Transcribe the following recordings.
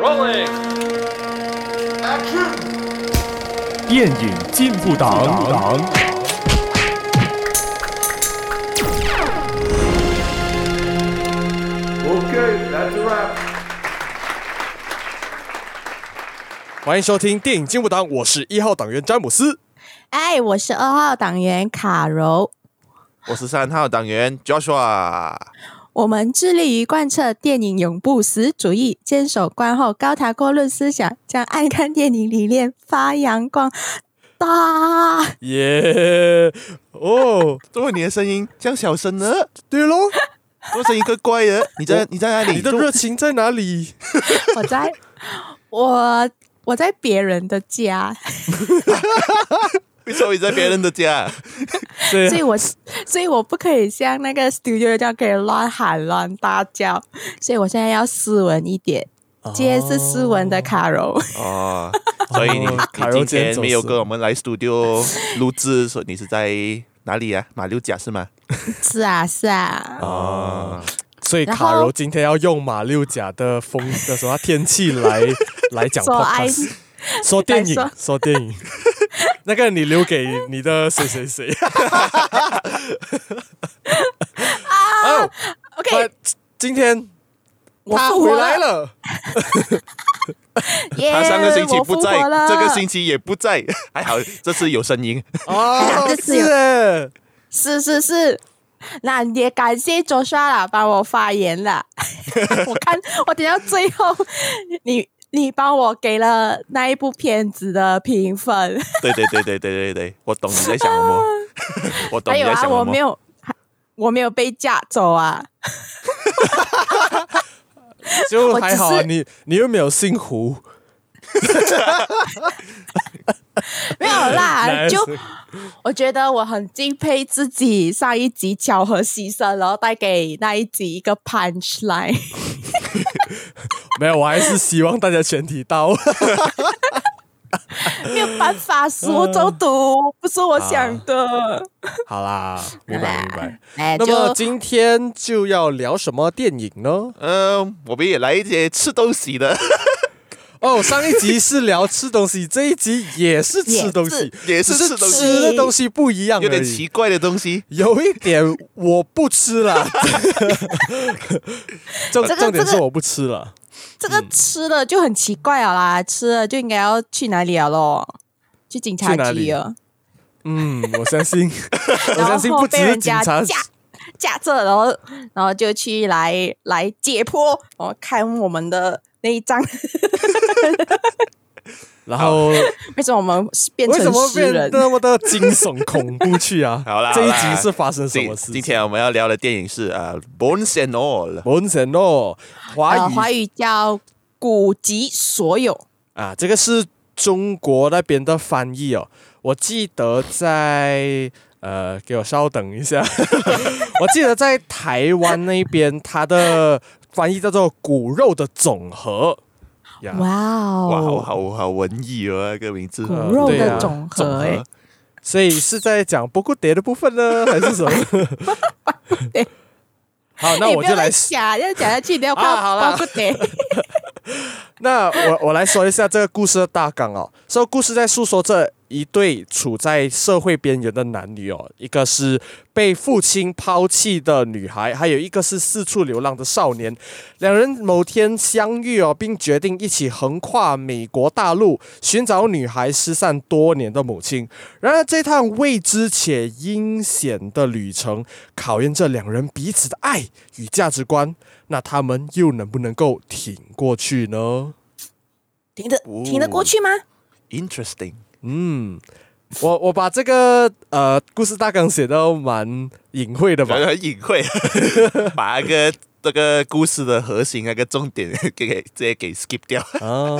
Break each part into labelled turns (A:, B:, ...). A: rolling. Action.
B: 电影进步党。
A: Okay, that's a wrap.
C: 欢迎收听电影进步党，我是一号党员詹姆斯。
D: 哎，我是二号党员卡柔。
E: 我是三号党员 Joshua。
D: 我们致力于贯彻电影永不死主义，坚守观后高谈阔论思想，将爱看电影理念发扬光啊大。
C: 耶！哦，
E: 怎么你的声音这样小声呢？
C: 对喽，
E: 怎么声音怪怪的？你在你在哪里？
C: 你的热情在哪里？
D: 我 在，我我在别人的 家，
E: 为什么你在别人的 家？
C: 对
D: 所以我是所以我不可以像那个 studio 这样可以乱喊乱大叫，所以我现在要斯文一点。今天是斯文的 卡柔，
E: 哦，所以你
C: 哦卡柔
E: 你今
C: 今天
E: 天
C: 走
E: 没有
C: 私
E: 跟我们来 studio 录制，所以你是在哪里啊？马六甲是吗？
D: 是啊是啊，
E: 哦，
C: 所以
D: 然
C: 卡柔
D: 后
C: 今天要用马六甲的风的什么天气来来讲
D: 说爱
C: podcast，说电影
D: 来说，
C: 说电影。 那个你留给你的谁谁谁啊
D: OK，
C: 今天
D: 我
C: 他
D: 复活
C: 回来了，
D: 耶！
E: 他上个星期
D: 哎我
E: 不
D: 复
E: 在
D: 活，了
E: 这个星期也不在， 还好这次有声音。
C: 哦，
D: 这次有
C: 是
D: 是是是，那也感谢卓刷啦，帮我发言 了。我看我等到最后，你你帮我给了那一部片子的评分，
E: 对对对对对对对，我懂你在想什 么，我懂
D: 还
E: 你
D: 有
E: 在想
D: 啊，
E: 什
D: 我没
E: 么。
D: 有我没有被架走啊，
C: 就
D: 我
C: 还
D: 只
C: 好啊，
D: 是
C: 你你又没有姓 胡，
D: 没有 啦，
C: 来
D: 就我觉得我很敬佩自己上一集巧合牺牲，然后带给那一集一个 punch line。
C: 没有，我还是希望大家全体到。
D: 没有办
E: 啊
D: 法，是我中毒，不是我想的。
C: 好啦，明白明白。
D: 哎
C: 那么今天就要聊什么电影呢？
E: 嗯，我们也来一些吃东西的，
C: 哦，上一集是聊吃东西，这一集也是吃东西，
E: 也是
C: 只是
E: 吃东西
C: 吃的东西不一样，
E: 有点奇，怪的 东西。
C: 有一点我不吃 了。重
D: 这个
C: 重点是
D: 这个
C: 我不吃了。
D: 这个吃了就很奇怪了啦，吃了就应该要去哪里了咯？去警察
C: 去哪里
D: 局了，
C: 嗯，我相 信，我
D: 然
C: 相信不
D: 后
C: 只
D: 被
C: 是
D: 人
C: 警
D: 家
C: 察
D: 架，架着，然后然后就去来来解剖，然后看我们的那一张，
C: 然后
D: 为什么我们变
C: 为什
D: 成
C: 么
D: 诗
C: 变得
D: 人？
C: 那么的惊悚恐怖去啊？
E: 好啦，
C: 这一
E: 好啦
C: 集是发生什么事
E: 今
C: 情
E: 今？天我们要聊的电影是啊，《Bones and All》
C: 蒙神哦，华
D: 呃，
C: 语
D: 华语叫古籍所有，
C: 啊，这个是中国那边的翻译哦。我记得在呃，给我稍等一下， 我记得在台湾那边，它的翻译叫做“骨肉的总和”呀。
D: 哇
E: 哇，好
D: 哦，
E: 好好文艺哦，那个名字。
D: 骨
C: 呃
D: 肉
C: 对啊
D: 的总
E: 总
D: 和，哎
E: 和，
C: 所以是在讲波固蝶的部分呢，还 是什么
D: 蝶？
C: 好，那
D: 哎
C: 我
D: 不要
C: 就来
D: 再讲，要讲下去，你要
C: 啊好
D: 包
C: 啦
D: 包括你。
C: 那我我来说一下这个故事的大纲哦。这个故事在诉说这一对处在社会边缘的男女哦，一个是被父亲抛弃的女孩，还有一个是四处流浪的少年。两人某天相遇哦，并决定一起横跨美国大陆，寻找女孩失散多年的母亲。然而，这趟未知且阴险的旅程，考验着两人彼此的爱与价值观。那他们又能不能够挺过去呢？
D: 停得停得过去吗？
E: Interesting，
C: 嗯，我我把这个呃故事大纲写到蛮隐晦的吧
E: 感，觉很隐晦，把那个那个故事的核心那个重点 给给直接给 skip 掉。
C: 哦，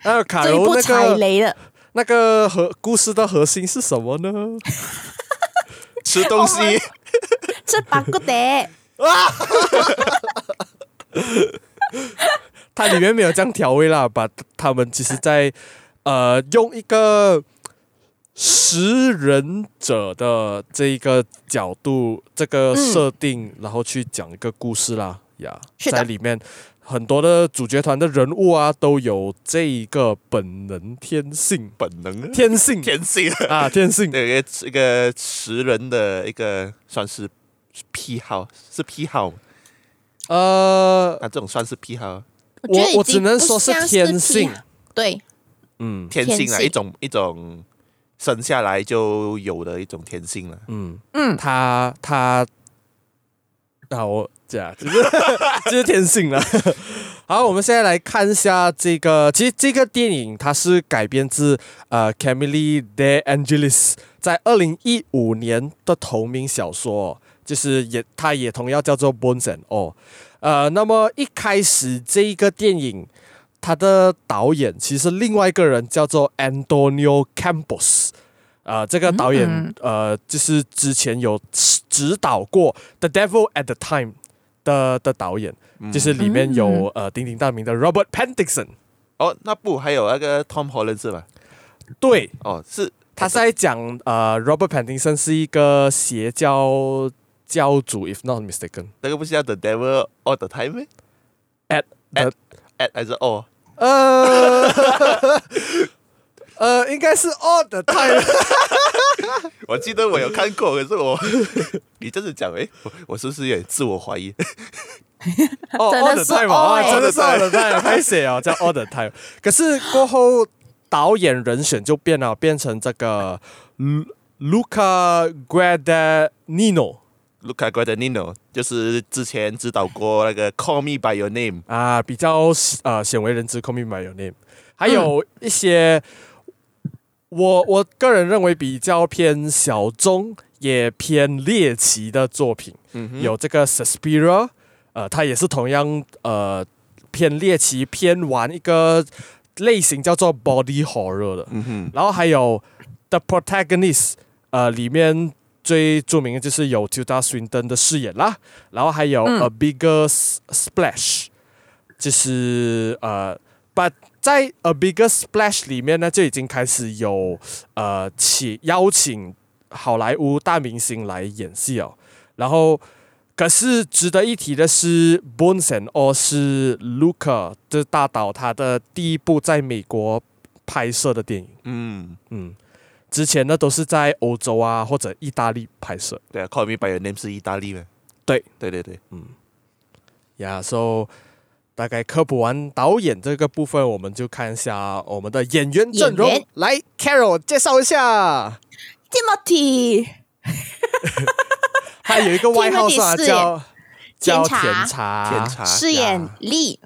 C: 还有卡
D: 这一
C: 柔
D: 步
C: 那
D: 踩
C: 个
D: 雷了，
C: 那个核故事的核心是什么呢？
E: 吃东西
D: 我们这巴古德
C: 它里面没有这样调味啦， 把他们其实在呃用一个食人者的这一个角度，这个设定，然后去讲一个故事啦呀
D: 是的
C: 在里面很多的主角团的人物啊，都有这一个本能天性，
E: 本能啊
C: 天性
E: 天性 啊
C: 啊，天性
E: 对一个一个识人的一个算是癖好，是癖好吗
C: 呃，
E: 啊，这种算是癖好，
D: 觉得
C: 我
D: 已
C: 我只
D: 经
C: 能
D: 不
C: 说是
D: 像是啊
C: 天
D: 癖
C: 性
D: 好对，
C: 嗯
E: 天
D: 天
E: 性啊，
D: 性
E: 一种一种生下来就有的一种天性了。
C: 嗯，
D: 嗯，
C: 他他啊，我这样就是就是天性了。 好，我们现在来看一下这个，其实这个电影它是改编自呃 Camille De Angelis 在二零一五年的同名小说，就是也它也同样叫做 Bones and All。呃，那么一开始这一个电影。它的导演其实另外一个人叫做 Antonio Campos，啊，这个导演、
D: 嗯
C: 呃，就是之前有指导过《The Devil at the Time 的》的导演，就是里面有、
D: 嗯
C: 呃鼎鼎大名的 Robert Pattinson，
E: 哦，那不还有那个 Tom Holland 是吧？
C: 对，
E: 哦，是
C: 他是在讲呃 Robert Pattinson 是一个邪教教主，if not mistaken，
E: 那个不是叫 The Devil All the Time 咩
C: at the
E: At- at 还是 All？
C: 呃 呃，应该是 all the time。
E: 我记得我有看过，可是我 你这样讲，诶，我我是不是有点自我怀疑？
C: 哦
D: 真
C: all the
D: 的是
C: time 嘛哦，
D: all 欸
C: 真的是 all the time，拍写哦，叫 all the time。可是过后导演人选就变了，变成这个 Lu- Luca Guadagnino
E: 卢卡·瓜德尼诺就是之前指导过那个《Call Me by Your Name》
C: 啊，比较呃鲜为人知，Call Me by Your Name，还有一些、我我个人认为比较偏小众也偏猎奇的作品，有这个 Suspira，呃，它也是同样呃偏猎奇偏玩一个类型叫做 Body Horror 的，然后还有 The Protagonist，呃，里面。最著名的就是有 Tilda Swinton 的饰演啦，然后还有 A Bigger S- Splash，就是呃，把在 A Bigger Splash 里面呢，就已经开始有呃请邀请好莱坞大明星来演戏哦。然后，可是值得一提的是，Bones and All 是 Luca 这大导他的第一部在美国拍摄的电影，
E: 嗯，
C: 嗯。之前呢都是在欧洲啊或者意大利拍摄
E: 对啊，《Call Me by Your Name》是意大利的。
C: 对
E: 对对对，
C: 呀，so 大概科普完导演这个部分，我们就看一下我们的演员阵容。
D: 演员
C: 来，Carol 介绍一下，
D: Timothy
C: 他有 一个外号是吧
D: Timothy 饰演
C: 叫叫
D: 甜茶
C: 甜茶，
E: 天茶
D: 饰演
E: 哎呀
D: Lee，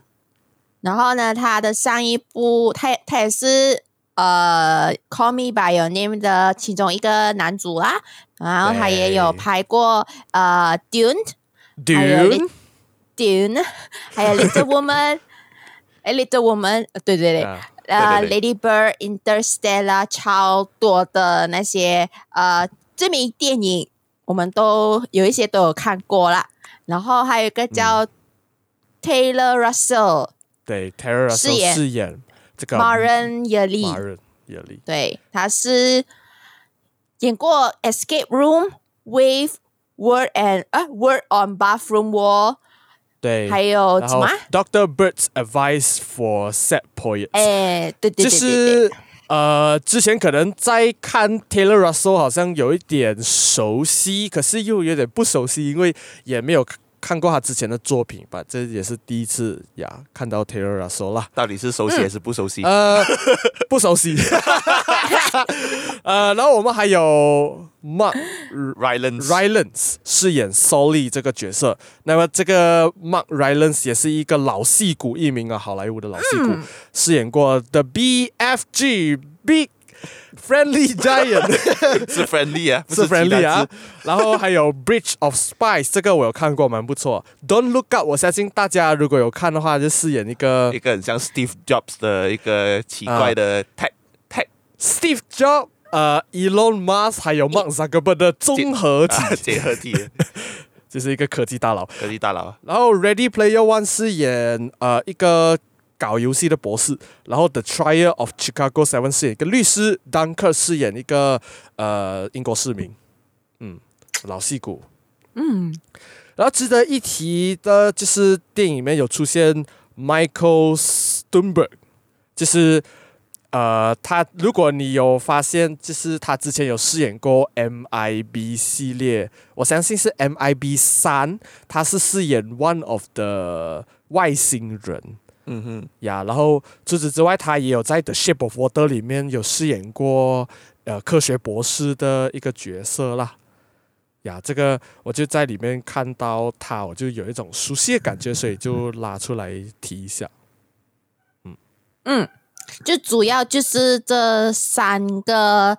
D: 然后呢，他的上一部他也他也是呃《Call Me by Your Name》的其中一个男主啦，然后他也有
C: 对
D: 拍过呃《Dune》还有
C: Dune
D: Lit-。Dune，还有 Little Woman，哎，Little Woman，呃对对对，
C: 啊
D: 呃
E: 对
D: ，Lady Bird、Interstellar 超多的那些呃知名电影，我们都有一些都有看过啦。然后还有一个叫
C: 嗯
D: Taylor Russell、
C: 对 t e r r a
D: 饰演
C: 饰演这个
D: Maren
C: m a
D: Yearly，
C: r 也厉
D: 对，他是演过《Escape Room》、《Wave》、《Word and》啊，《Word on Bathroom Wall》，
C: 对，
D: 还有
C: 然
D: 什
C: 后
D: 么啊？
C: Doctor Bird's Advice for Sad Poets，
D: 哎，对对
C: 就
D: 对对对，
C: 是呃，之前可能在看 Taylor Russell 好像有一点熟悉，可是又有点不熟悉，因为也没有看看过他之前的作品吧，这也是第一次呀看到 Taylor Russell 啦。
E: 到底是熟悉还是不熟悉？
C: 呃，不熟悉。 呃，然后我们还有 Mark 呃
E: Rylan
C: Rylance 饰演 Solly 这个角色。那么这个 Mark Rylance 也是一个老戏骨，一名啊，好莱坞的老戏骨，
E: 嗯
C: 饰演过 The BFG Big Friendly Giant
E: 是 friendly 啊，不
C: 是
E: 鸡蛋
C: Friendly 啊
E: 汁。，
C: 然后还有 Bridge of Spies 这个我有看过，蛮不错。Don't Look Up，我相信大家如果有看的话，就饰演一个
E: 一个很像 Steve Jobs 的一个奇怪的 tech tech
C: Steve Jobs。呃，Elon Musk 还有 Mark Zuckerberg 的综合 体，
E: 啊结合体的
C: 就是一个科技大佬。
E: 科技大佬啊，
C: 然后 Ready Player One 饰演呃一个搞游戏的博士，然后 The Trial of Chicago Seven 饰演一个律师，Dunker 饰演一个呃英国市民，嗯，老戏骨，嗯。然后值得一提的就是电影里面有出现 Michael Stunberg，就是呃，他如果你有发现，就是他之前有饰演过 MIB 系列，我相信是 MIB 三，他是饰演 one of the 外星人
E: 嗯哼，
C: 呀。然后除此之外，他也有在《The Shape of Water》里面有饰演过呃科学博士的一个角色啦。呀，这个我就在里面看到他，我就有一种熟悉的感觉，所以就拉出来提一下。
D: 嗯，就主要就是这三个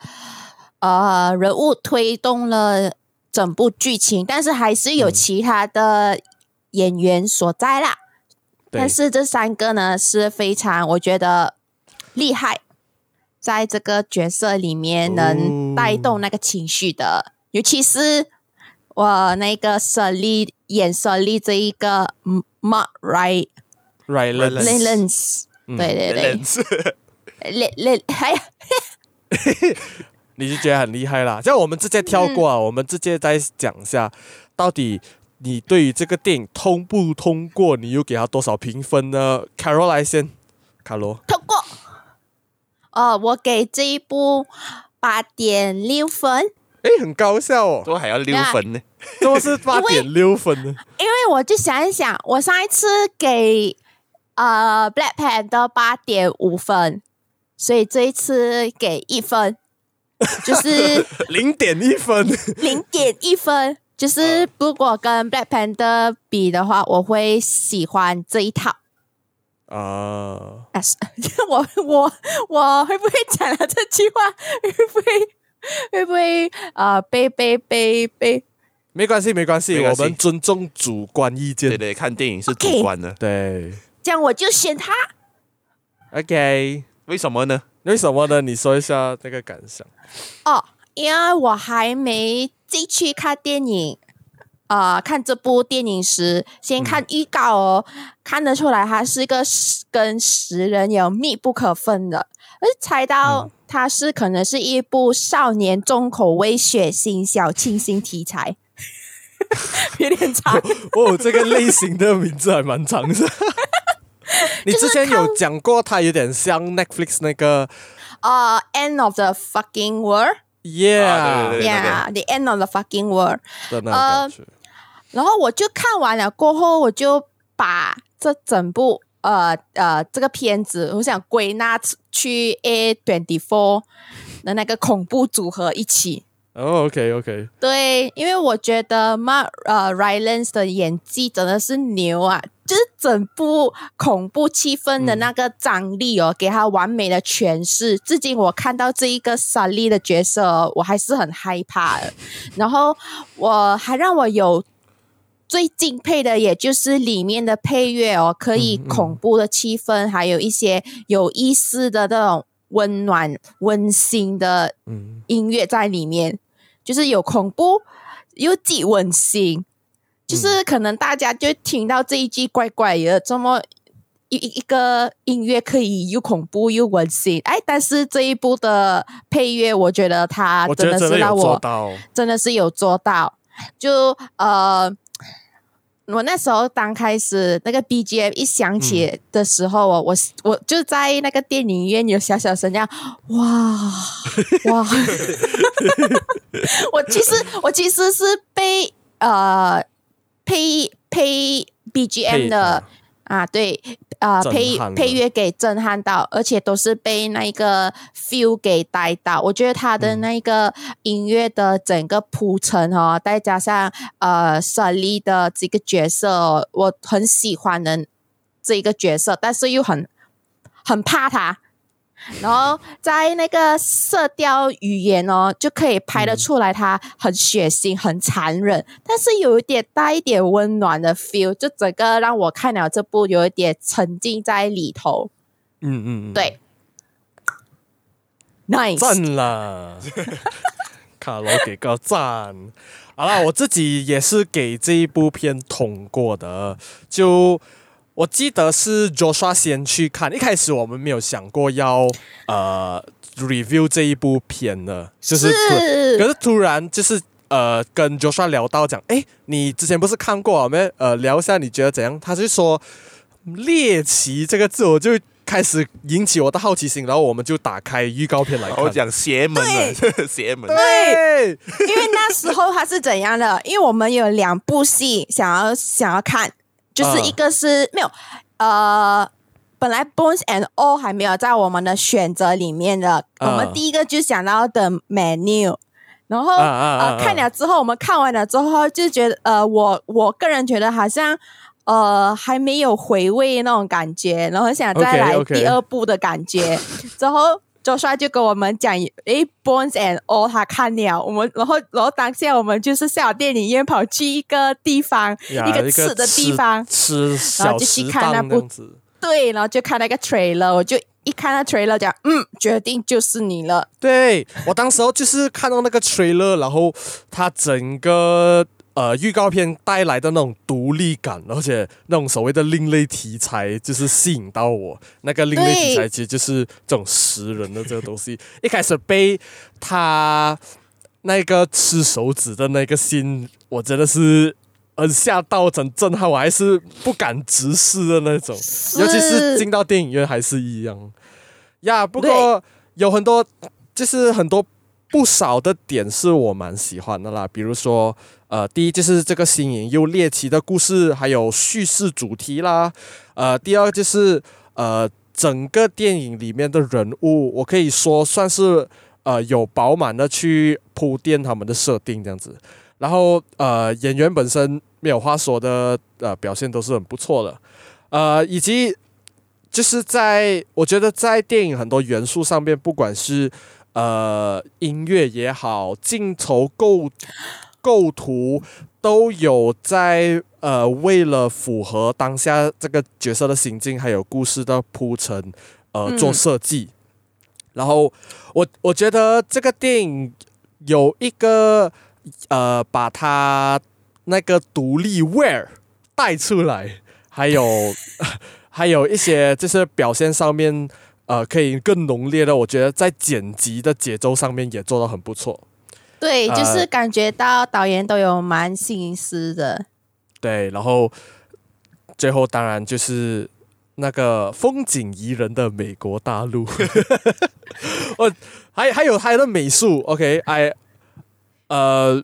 D: 呃人物推动了整部剧情，但是还是有其他的演员所在啦。
C: 对
D: 但是这三个呢是非常我觉得厉害，在这个角色里面能带动那个情绪的，尤其是我那个舍利演舍利这一个嗯 Mark Right
C: Right
E: Rylance
D: l e l a n s 对对对， 练练，哎呀，
C: 你就觉得很厉害啦。这样我们直接跳过啊，我们直接再讲一下，到底你对于这个电影通不通过，你又给他多少评分呢？卡罗来先，卡罗
D: 通过。哦，我给这一部八点六分，
C: 诶，很高效哦，
E: 都还要六分呢。
C: 这么是八点六分呢。
D: 因为我就想一想，我上一次给呃 Black Panther 八点五分，所以这一次给一分，就是
C: 零点一分，
D: 零点一分。就是如果跟 Black Panther 比的话，我会喜欢这一套。
C: 啊，
D: 啊，是 我我我会不会讲了这句话？会不会会不会呃被被被被
C: 没关系，没关系，
E: 没关
C: 我
E: 系
C: 们尊重主观意
E: 对
C: 见。
E: 对，看电影是主观的，
C: 对
D: 这样我就选他？
C: ，OK，
E: 为什么呢？
C: 为什么呢？你说一下那个感想。
D: 哦，因为我还没进去看电影，呃，看这部电影时，先看预告哦，看得出来它是一个实跟实人有密不可分的，而猜到它是可能是一部少年重口味血腥小清新题材， 有点长。
C: 哦，这个类型的名字还蛮长的。 你之前有讲过，它有点像 Netflix 那个
D: 呃、e n d of the fucking world。啊
C: Yeah
E: 对对
D: Yeah, the end of the fucking world。
C: 的那种感
D: 呃
C: 觉。
D: 然后我就看完了过后，我就把这整部呃呃这个片子，我想归纳出去 A twenty four 的那个恐怖组合一起。
C: 哦，OK OK，
D: 对，因为我觉得 Mark 呃 Rylance 的演技真的是牛啊，就是整部恐怖气氛的那个张力哦，给他完美的诠释。至今我看到这一个莎莉的角色哦、我还是很害怕的。然后我还让我有最敬佩的，也就是里面的配乐哦，可以恐怖的气氛，还有一些有意思的那种温暖、温馨的
C: 嗯，
D: 音乐在里面，就是有恐怖又既温馨，就是可能大家就听到这一句怪怪的，这么一一一个音乐可以又恐怖又温馨，哎，但是这一部的配乐，我觉得它
C: 我觉
D: 啊真
C: 得
D: 的
C: 真
D: 是
C: 的
D: 让
C: 有
D: 我
C: 做到。嗯
D: 真的是有做到。就呃，我那时候刚开始那个 BGM 一响起的时候，哦，我我就在那个电影院有小小声这样，啊哇哇！ 我其实我其实是被呃配配 BGM 的啊，对啊、呃、
C: 震
D: 配
C: 撼了
D: 配乐给震撼到，而且都是被那一个 feel 给带到。我觉得他
C: 嗯
D: 的那一个音乐的整个铺陈哦，再加上呃 Sally 的这个角色、哦，我很喜欢的这一个角色，但是又很很怕他。然后在那个色调语言哦，就可以拍得出来，它很血腥、很残忍，但是有一点带一点温暖的 feel，就整个让我看了这部有一点沉浸在里头。
C: 嗯嗯嗯，
D: 对
C: 嗯
D: ，nice，
C: 赞啦！卡罗给个赞。好啦，我自己也是给这一部片通过的。就我记得是 Joshua 先去看，一开始我们没有想过要呃 review 这一部片的，就是可是突然就是呃，跟哎啊 Joshua 聊到讲，诶，你之前不是看过我们呃聊一下，你觉得怎样？他就说猎奇这个字，我就开始引起我的好奇心，然后我们就打开预告片来
E: 然
C: 看。哎
E: 后哦讲邪门了， 邪门。啊
C: 对，
D: 因为那时候它是怎样的？因为我们有两部戏想要想要看，
C: 嗯
D: 就是一个是、没有呃，本来 Bones and All 还没有在我们的选择里面的，
C: 嗯
D: 我们第一个就想到的 Menu。然后
C: 啊啊啊啊
D: 呃，看了之后，我们看完了之后就觉得，呃，我我个人觉得好像，呃，还没有回味那种感觉，然后想再
C: OK，
D: 来
C: OK
D: 第二部的感觉。之后周帅就跟我们讲，诶 b o n e s and All 他看了，我们然后然后当下我们就是下了电影院跑去一个地方，
C: 呀
D: 一个吃的地方，
C: 吃
D: 然
C: 小
D: 后就去
C: 食
D: 看那
C: 档
D: 部
C: 这样子。
D: 对，然后就看那个 trailer，我就一看那 trailer 讲，嗯，决定就是你了，
C: 对我当时候就是看到那个 trailer，然后它整个呃预告片带来的那种独立感，而且那种所谓的另类题材，就是吸引到我。那个另类题材
D: 对
C: 其实就是这种食人的这个东西。一开始被他那个吃手指的那个心，我真的是。很吓到，很震撼，我还是不敢直视的那种，尤其是进到电影院还是一样。呀、不过有很多，就是很多不少的点是我蛮喜欢的啦。比如说，呃，第一就是这个新颖又猎奇的故事，还有叙事主题啦。呃，第二就是呃，整个电影里面的人物，我可以说算是呃有饱满的去铺垫他们的设定这样子。然后呃，演员本身没有话说的，呃，表现都是很不错的。呃，以及就是在我觉得在电影很多元素上面，不管是呃音乐也好，镜头构构图都有在呃为了符合当下这个角色的行径，还有故事的铺陈，呃
D: 嗯
C: 做设计。然后我我觉得这个电影有一个呃把它那个独立 where 带出来，还有还有一些就是表现上面，呃，可以更浓烈的，我觉得在剪辑的节奏上面也做到很不错。
D: 对，
C: 呃
D: 就是感觉到导演都有蛮心思的，
C: 对，然后最后当然就是那个风景宜人的美国大陆，我还还有它的美术，OK，I，、呃，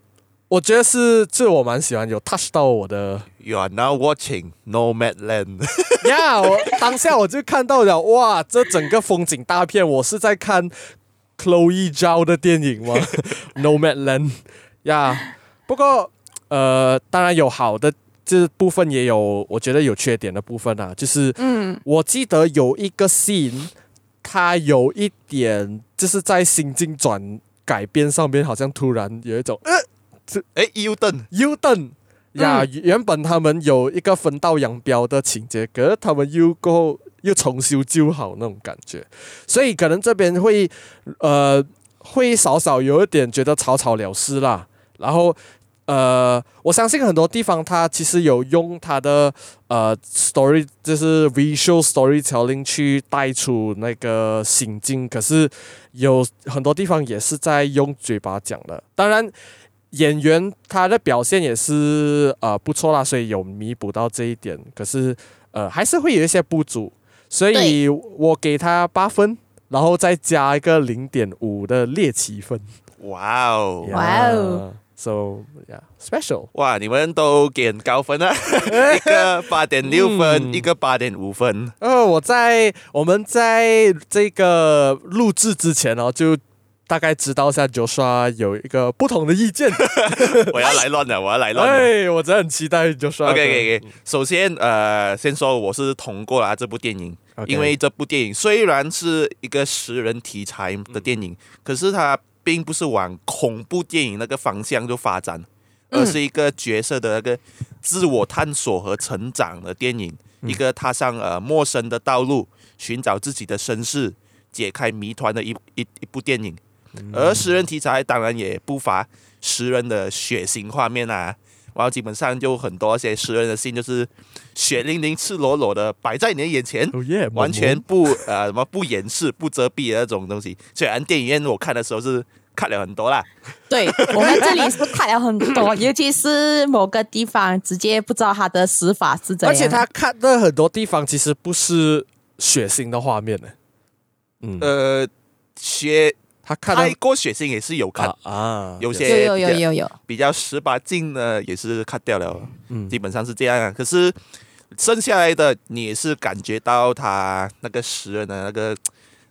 C: 我觉得是这我蛮喜欢，有 touch 到我的
E: You are now watching Nomadland。
C: 呀我当下我就看到了，哇，这整个风景大片，我是在看 Chloe Zhao 的电影吗？Nomadland 呀不过呃，当然有好的这部分，也有我觉得有缺点的部分啊，就是
D: 嗯，
C: 我记得有一个 scene，它有一点就是在心境转改变上面，好像突然有一种呃
E: 哎，U turn，
C: U 等呀，原本他们有一个分道扬镳的情节，可是他们又过后又重修旧好那种感觉，所以可能这边会呃会少少有一点觉得草草了事啦。然后呃，我相信很多地方它其实有用它的呃 story，就是 visual storytelling 去带出那个心境，可是有很多地方也是在用嘴巴讲的，当然。演员他的表现也是呃不错啦，所以有弥补到这一点，可是呃还是会有一些不足，所以
D: 对
C: 我给他八分，然后再加一个零点五的猎奇分。
E: 哇哦！
D: 哇哦
C: ！So yeah, special
E: 哇，你们都给很高分啊， 一个八点六分，一个八点五 分。
C: 呃，我在我们在这个录制之前哦，就大概知道一下 Joshua 有一个不同的意 见。
E: 我要来乱了，我要来乱了。
C: 哎，我真的很期待 Joshua 的。
E: OK OK OK，首先呃，先说我是通过了啊这部电影
C: OK
E: 因为这部电影虽然是一个食人题材的电影，可是它并不是往恐怖电影那个方向就发展，而是一个角色的那个自我探索和成长的电影，一个踏上呃陌生的道路，寻找自己的身世，解开谜团的一一一部电影。而食人题材当然也不乏食人的血腥画面啊，然后基本上就很多一些诗人的信就是血淋淋、赤裸裸的摆在你的眼前，
C: 哦耶，
E: 完全不呃什么不掩饰、不遮蔽的那种东西。虽然电影院我看的时候是看了很多啦，
D: 对我们这里是看了很多，尤其是某个地方，直接不知道他的死法是怎样。
C: 而且他看的很多地方其实不是血腥的画面呢，欸嗯，
E: 呃，血
C: 他看
E: 太
C: 的
E: 过血腥也是有看，
C: 啊啊，
E: 有些
D: 有有有有有，
E: 比较十八禁的也是 cut 掉了，
C: 嗯
E: 基本上是这样啊。可是剩下来的你也是感觉到他那个食人的那个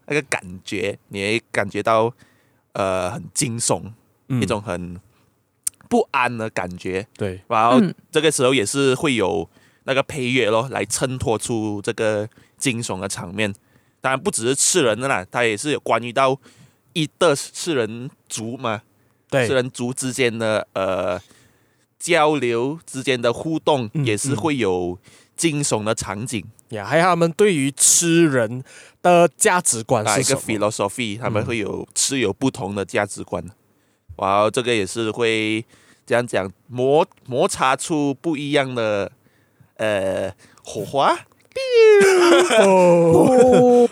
E: 那个感觉，你也感觉到呃很惊悚，
C: 嗯
E: 一种很不安的感觉。
C: 对，
E: 然后
D: 嗯
E: 这个时候也是会有那个配乐咯，来衬托出这个惊悚的场面。当然不只是吃人的啦，它也是有关于到一的吃人族嘛，
C: 对
E: 吃人族之间的呃交流之间的互动，
C: 嗯
E: 也是
C: 嗯
E: 会有惊悚的场景。
C: 呀，还有他们对于吃人的价值观
E: 啊，
C: 是
E: 一
C: 什
E: 个
C: 么？
E: philosophy，他们会有持有不同的价值
C: 嗯
E: 观，哇、后这个也是会这样讲摩摩擦出不一样的呃火花，
D: 哦，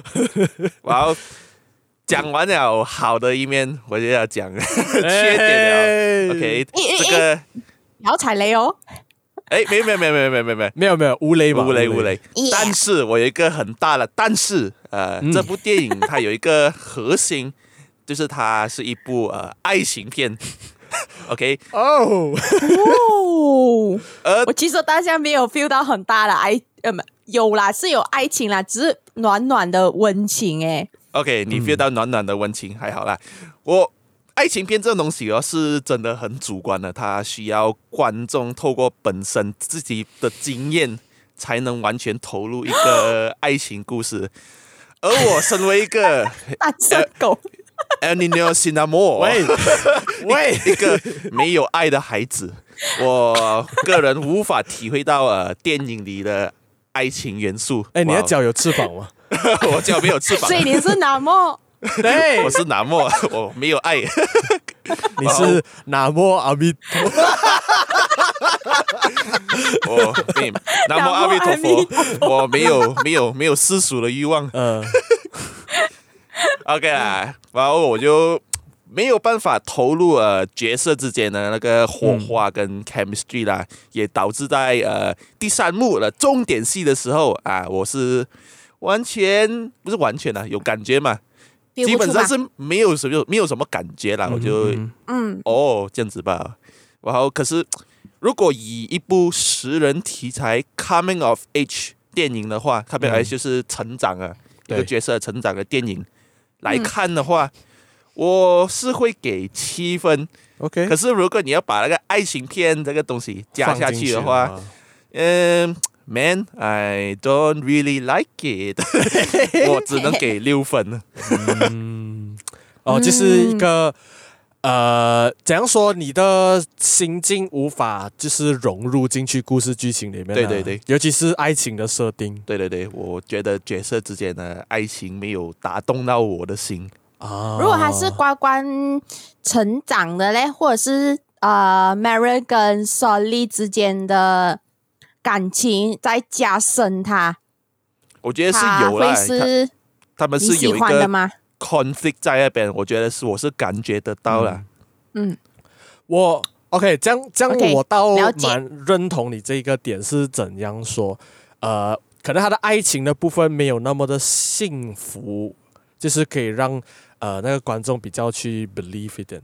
E: 然后讲完了好的一面，我就要讲 缺点了。
C: 点
E: OK，
D: 哎
E: 这个
D: 然后踩雷 哦，
E: 哎，没有没有没有没有没有没有没有。
C: 没有没有，无雷吧，
E: 无雷无雷
D: Yeah。
E: 但是我有一个很大的，但是呃，这部电影它有一个核心，就是它是一部呃爱情片。OK，
C: 哦，
D: 哦，
E: 呃
D: 我其实当下没有 feel 到很大的爱，呃，不有啦，是有爱情啦，只是暖暖的温情哎、
E: ，OK，你 feel 到暖暖的温情，还好啦。我爱情片这种东西哦，是真的很主观的，它需要观众透过本身自己的经验，才能完全投入一个爱情故事。而我身为一个
D: 单
E: 呃
D: 身狗，
E: El Nino s i n a m o
C: 喂喂，
E: 一个没有爱的孩子， 我个人无法体会到呃电影里的爱情元素。
C: 哎，你的
E: 要讲，
C: 脚有翅膀吗？
E: 我脚没有翅膀
D: 所，以你是那么
C: 对
E: 我，是南莫，我没有爱。
C: 你
E: 哦
C: 是南莫阿弥陀，
E: 我没有南无阿弥陀佛，我没有没有没有世俗的欲望。
C: 嗯
E: OK 啦，然后我就没有办法投入呃角色之间的那个
D: 嗯
E: 火花跟 chemistry 啦，也导致在呃第三幕的重点戏的时候啊，我是完全不是完全啦，有感觉嘛，
D: 憋
E: 基
D: 不
E: 本
D: 住
E: 上
D: 吧？
E: 是没有什么没有什么感觉啦，我就
D: 嗯，
E: 哦，这样子吧。然后可是，如果以一部十人题材 coming of age 电影的话，coming of age 就是成长啊，一
C: 对
E: 个角色成长的电影来看的话，我是会给七分。
C: ，OK，
E: 可是如果你要把那个爱情片这个东西加下去的话，嗯。Man, I don't really like it 。 我只能给六分了。
C: 哦，就是一个
D: 嗯
C: 呃，怎样说，你的心境无法就是融入进去故事剧情里面啊，
E: 对对对
C: 尤其是爱情的设定
E: 对对对，我觉得角色之间的爱情没有打动到我的心。
C: 啊。
D: 如果他是关关成长的嘞，或者是呃 Mary 跟 Solly 之间的感情再加深它，
E: 我觉得是
D: 它
E: 有啦，
D: 会
E: 他
D: 是
E: 他们
D: 你
E: 是
D: 喜
E: 有一
D: 欢的
E: 个
D: 吗？
E: conflict 在那边，我觉得是我是感觉得到了。
D: 嗯，
C: 我 OK，这样这样
D: OK，
C: 我倒
D: 了解
C: 蛮认同你这个点是怎样说，呃，可能他的爱情的部分没有那么的幸福，就是可以让呃那个观众比较去 believe 一点。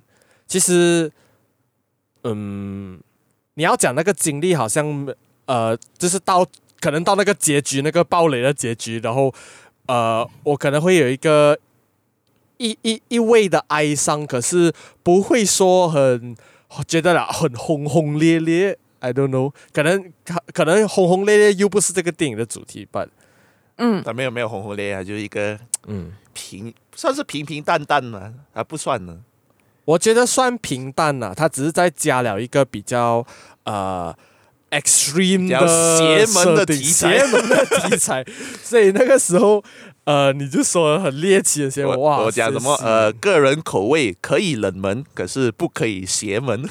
C: 其实，嗯，你要讲那个经历，好像呃，就是到可能到那个结局，那个暴雷的结局，然后呃，我可能会有一个一一一味的哀伤，可是不会说很觉得啦很轰轰烈烈。I don't know，可能可可能轰轰烈烈又不是这个电影的主题吧。
D: 嗯，
E: 但没有没有轰轰烈烈啊，就是一个
C: 嗯，
E: 平算是平平淡淡嘛，啊不算呢。
C: 我觉得算平淡啦，它只是在加了一个比较呃 extreme
E: 比较
C: 的
E: 邪门的
C: 设定
E: 题材
C: 邪门的题材，所以那个时候呃你就说很猎奇的些
E: 我
C: 哇，
E: 我讲什么
C: 是
E: 呃，个人口味可以冷门，可是不可以邪门。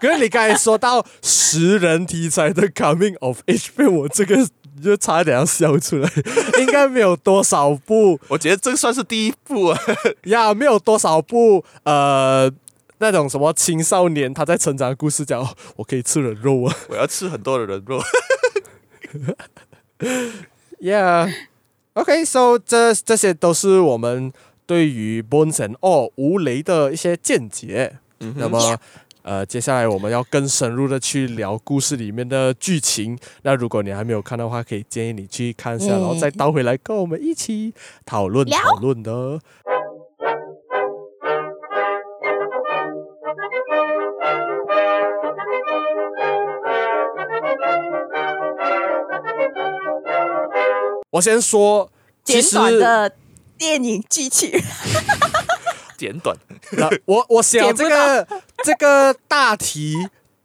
C: 可是你刚才说到十人题材的 Coming of Age，被我这个就差点要笑出来。应该没有多少部
E: 我觉得这算是第一步啊。
C: 呀，没有多少部呃那种什么青少年他在成长的故事讲，哦我可以吃人肉啊。
E: 我要吃很多的人肉。
C: Yeah. OK, so 这这些都是我们对于 Bones and All 无雷的一些见解。那么，呃，接下来我们要更深入的去聊故事里面的剧情。那如果你还没有看的话，可以建议你去看一下，
D: 嗯
C: 然后再倒回来跟我们一起讨论
D: 聊
C: 讨论的。我先说，其
D: 简
C: 实
D: 短的电影剧情，
E: 简短，
C: 那 我我想
D: 点不
C: 这个这个大题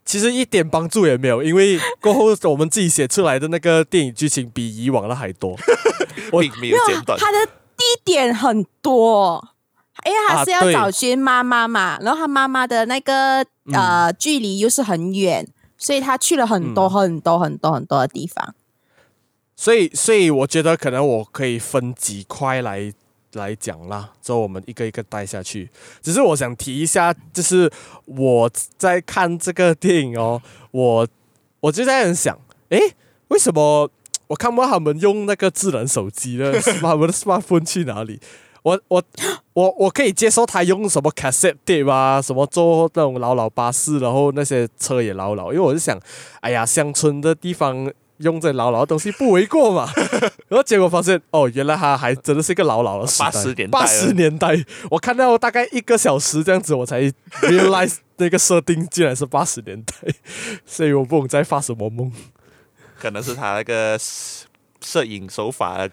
C: 其实一点帮助也没有，因为过后我们自己写出来的那个电影剧情比以往的还多。我
E: 并没
D: 没
E: 有
D: 有 啊
E: 简短。
D: 他的地点很多，因为他是
C: 啊
D: 要
C: 对
D: 找寻妈妈嘛，然后他妈妈的那个
E: 嗯
D: 呃距离又是很远，所以他去了很多很多很多很多的地方。
C: 所以 所以我觉得可能我可以分几块来来讲啦，之后我们一个一个带下去。只是我想提一下，就是我在看这个电影哦，我我就在很想，诶，为什么我看不到他们用那个智能手机呢？ 把他们的 smartphone 去哪里？我我我我可以接受他用什么 cassette tape 啊，什么坐那种老老巴士，然后那些车也老老，因为我是想，哎呀，乡村的地方用这老老的东西不为过嘛。 然后结果发现，哦，原来他还真的是一个老老的时代，
E: 80年代
C: 八
E: 了
C: 十年代，我看到大概一个小时这样子，我才 realize 那个设定竟然是八十年代，所以我不懂在发什么梦。
E: 可能是他那个摄摄影手法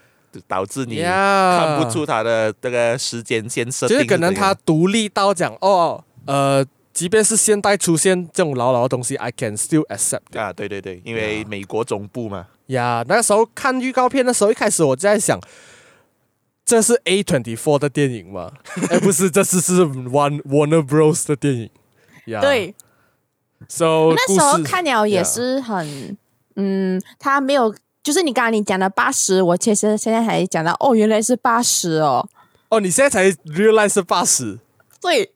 E: 导致你
C: Yeah
E: 看不出他的那个时间线设
C: 就
E: 定
C: 是
E: 是怎
C: 可能
E: 样。
C: 他独立到讲哦，呃，即便是现代出现这种老老的东西，I can still accept it。
E: 啊，对对对，因为美国总部嘛，
C: 呀那时候看预告片的时候，一开始我就在想，这是 A twenty four 的电影吗？ 哎，不是，这是是 One Warner Bros 的电影。呀，
D: 对，
C: ，So
D: 那时候
C: 故事
D: 看了也
C: yeah
D: 是很嗯，他没有。就是你刚刚你讲的八十，我其实现在才讲到哦，原来是八十哦，
C: 哦，你现在才 realize 是八十。
D: 对，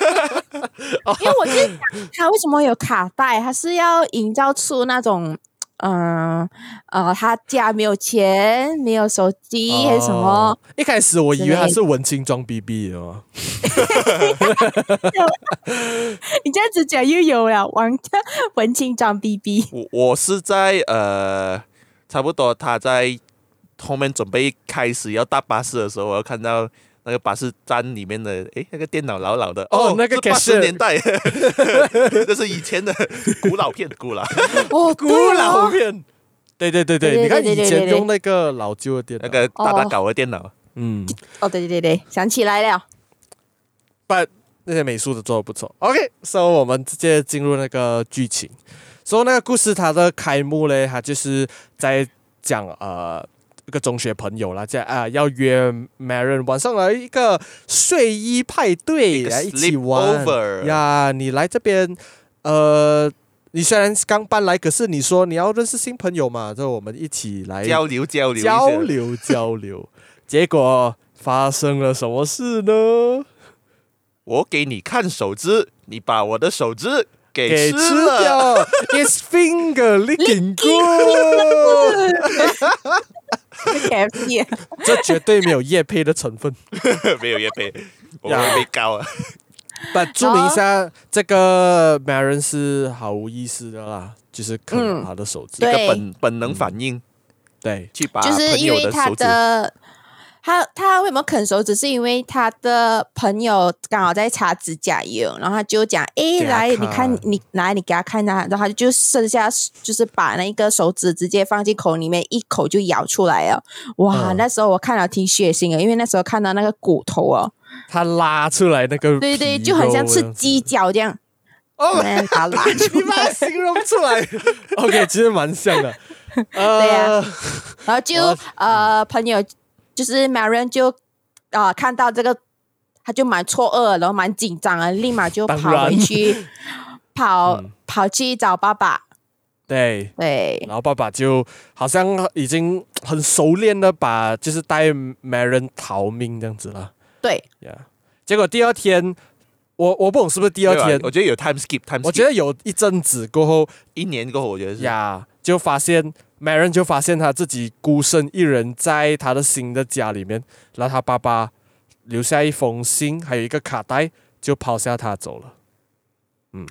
D: 因为我就想他为什么有卡带，他是要营造出那种，嗯呃他家没有钱，没有手机、还是什么啊
C: 哦，？一开始我以为他是
D: 之
C: 文青装逼逼的嘛。
D: 你这样子讲又有了王文青装 逼逼，
E: 我我是在呃，差不多他在后面准备开始要搭巴士的时候，我又看到那个巴士站里面的，诶，那个电脑老老的，
C: 哦那个
E: 八
C: cashier
E: 十年代， 这是 以前的古老片，古老
D: 哦，
C: 古
D: 对
C: 老
D: 哦，
C: 片。对对对对，
D: 对对
C: 你看
D: 对
C: 以
D: 对对
C: 前
D: 对
C: 用那个老旧的电脑，
E: 那个大大搞的 电脑，
C: 嗯，
D: 哦对对对对，想起来了，
C: 但那些美术的做的不错。OK，so、我们直接进入那个剧情。所、以那个故事它的开幕嘞，它就是在讲呃一个中学朋友啦，在啊、要约 Maren 晚上来一个睡衣派对
E: 一个
C: 来一起玩
E: sleepover
C: 呀。你来这边呃。你虽然刚搬来，可是你说你要认识新朋友嘛，就我们一起来
E: 交流交流一下
C: 哎交流交流。结果发生了什么事呢？
E: 我给你看手指，你把我的手指给
C: 给
E: 吃
C: 吃
E: 了。
C: 掉，It's finger licking good。
D: k f
C: 这绝对没有叶配的成 分。
E: 没有也被，我们被告啊。
C: 但注明一下，这个 Marin 是毫无意识的啦，就是啃了
D: 嗯
C: 他的手指。
D: 对
E: 一个本本能反应
C: 对
E: 去把
D: 就是
E: 朋
D: 因
E: 友
D: 为他
E: 手指，
D: 的他他为什么啃手指，是因为他的朋友刚好在擦指甲油，然后他就讲：“诶，
C: 给他
D: 来，
C: 看
D: 你看你来，你给他看啊。”然后他就剩下就是把那一个手指直接放进口里面，一口就咬出来了。哇，
C: 嗯
D: 那时候我看了挺血腥的，因为那时候看到那个骨头哦，
C: 他拉出来那个，
D: 对对，就很像吃 鸡。脚这样。
C: 哦，
D: 嗯把它拉 出
C: 你把它
D: 来，
C: 形容出来，OK，其实蛮像 的。
D: 对啊
C: 呃
D: 呀，然后就
C: 我
D: 呃，朋友就是 Marion 就呃看到这个，他就蛮错愕，然后蛮紧张啊，立马就
C: 当
D: 跑回
C: 然
D: 去跑、跑去找爸爸，
C: 对，
D: 对
C: 然后爸爸就好像已经很熟练的把就是带 Maren 逃命这样子了
D: 对，
C: 呀。Yeah 结果第二天，我我不懂是不是第二
E: 对吧
C: 天，
E: 我觉得有 time skip time skip，
C: 我觉得有一阵子过后
E: 一年过后，我觉得是
C: 呀就发现 Maren 就发现他自己孤身一人在他的新的家里面，然后他爸爸留下一封信，还有一个卡带，就抛下他走了。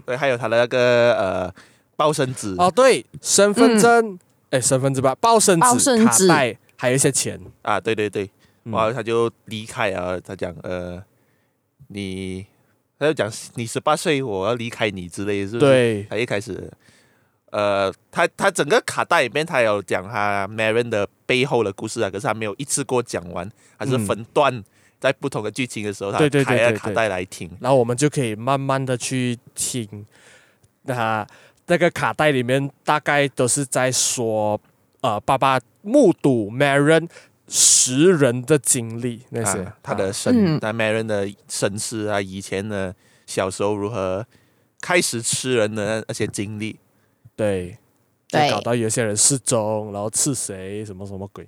E: 对，还有他的那个呃抱生子，
C: 哦，对，身份证，哎、身份证吧，报身
D: 报
C: 纸、
D: 身
C: 卡
D: 纸
C: 带，还有一些钱。
E: 啊，对对对，
C: 嗯
E: 然后他就离开啊，他讲呃，你，他就讲你十八岁，我要离开你之类，是不是？，
C: 对，
E: 他一开始，呃，他他整个卡带里面他有讲他 Marin 的背后的故事啊，可是他没有一次过讲完，他是
C: 嗯
E: 分段。在不同的剧情的时候，他
C: 对对对
E: 开了
C: 对
E: 卡
C: 对
E: 带来听，
C: 然后我们就可以慢慢的去听，那、那个卡带里面大概都是在说，呃，爸爸目睹 Maren 十人的经历那些，
E: 啊、他的
C: 啊
E: 身，
D: 嗯
E: 他 Marin 的身世啊，以前的小时候如何开始吃人的那些经历，
C: 对，就
D: 对
C: 搞到有些人失踪，然后刺谁什么什么鬼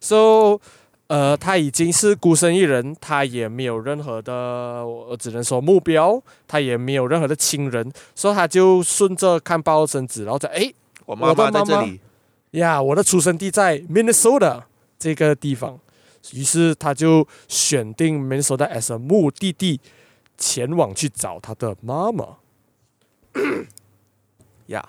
C: ，so。呃，他已经是孤身一人，他也没有任何的，我只能说目标，他也没有任何的亲人，所以他就顺着看报生子，然后再诶。
E: 我
C: 我的
E: 妈妈在
C: 妈妈
E: 这里，
C: 呀我的出生地在 Minnesota 这个地方，于是他就选定 Minnesota as a 目的地，前往去找他的妈妈。 呀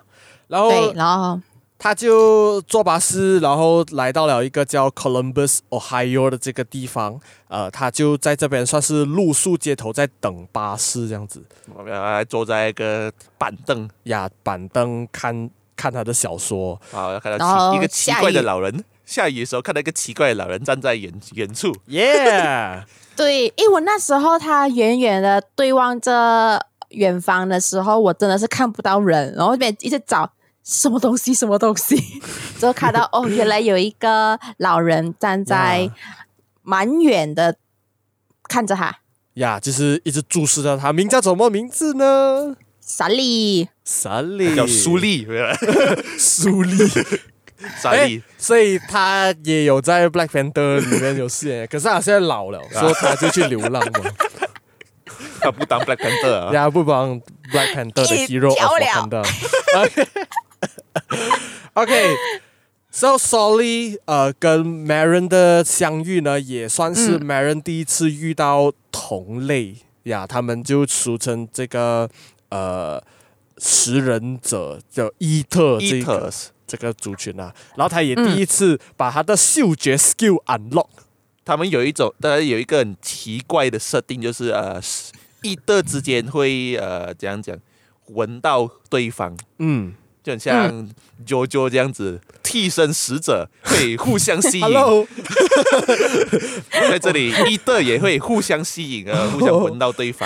C: 然后
D: 对，然后
C: 他就坐巴士，然后来到了一个叫 Columbus Ohio 的这个地方，呃，他就在这边算是露宿街头，在等巴士这样子。
E: 我们还坐在一个板凳，
C: 呀，板凳看看他的小说，
E: 啊，看
D: 然
E: 到
D: 后
E: 奇一个奇
D: 下
E: 怪的
D: 雨
E: 老人，下雨的时候看到一个奇怪的老人站在远远处，
C: 耶、
D: 对，因为我那时候他远远的对望着远方的时候，我真的是看不到人，然后那边一直找什么东西，什么东西， 之后看到哦，原来有一个老人站在
C: 呀
D: 蛮远的看着他，
C: 呀，就是一直注视着他，名叫什么名字呢？
D: 傻力，
C: 萨利，
E: 哎叫苏， 丽，没有啦
C: 苏丽，
E: 莎
C: 哎
E: 莉，，
C: 所以他也有在《Black Panther》里面有饰演，可是他现在老 了，所以他就去流浪嘛，
E: 他不当 Black Panther 啊，
C: 呀，不帮《Black Panther》的
D: 一
C: hero of
D: 条了
C: Wakanda。OK。So Solly，呃，跟 Maren 的相遇呢，也算是 Maren 第一次遇到同类呀。他们就俗称这个呃食人者叫伊特这个
E: Eaters
C: 这个族群啊。然后他也第一次把他的嗅觉 skill unlock，
E: 他们有一种，当然有一个很奇怪的设定，就是呃，一的之间会呃怎样讲，闻到对方，
C: 嗯
E: 就很像 JoJo 这样子，替身使者会互相吸引。
C: ，Hello，
E: 在这里，一的也会互相吸引啊，互相闻到对 方。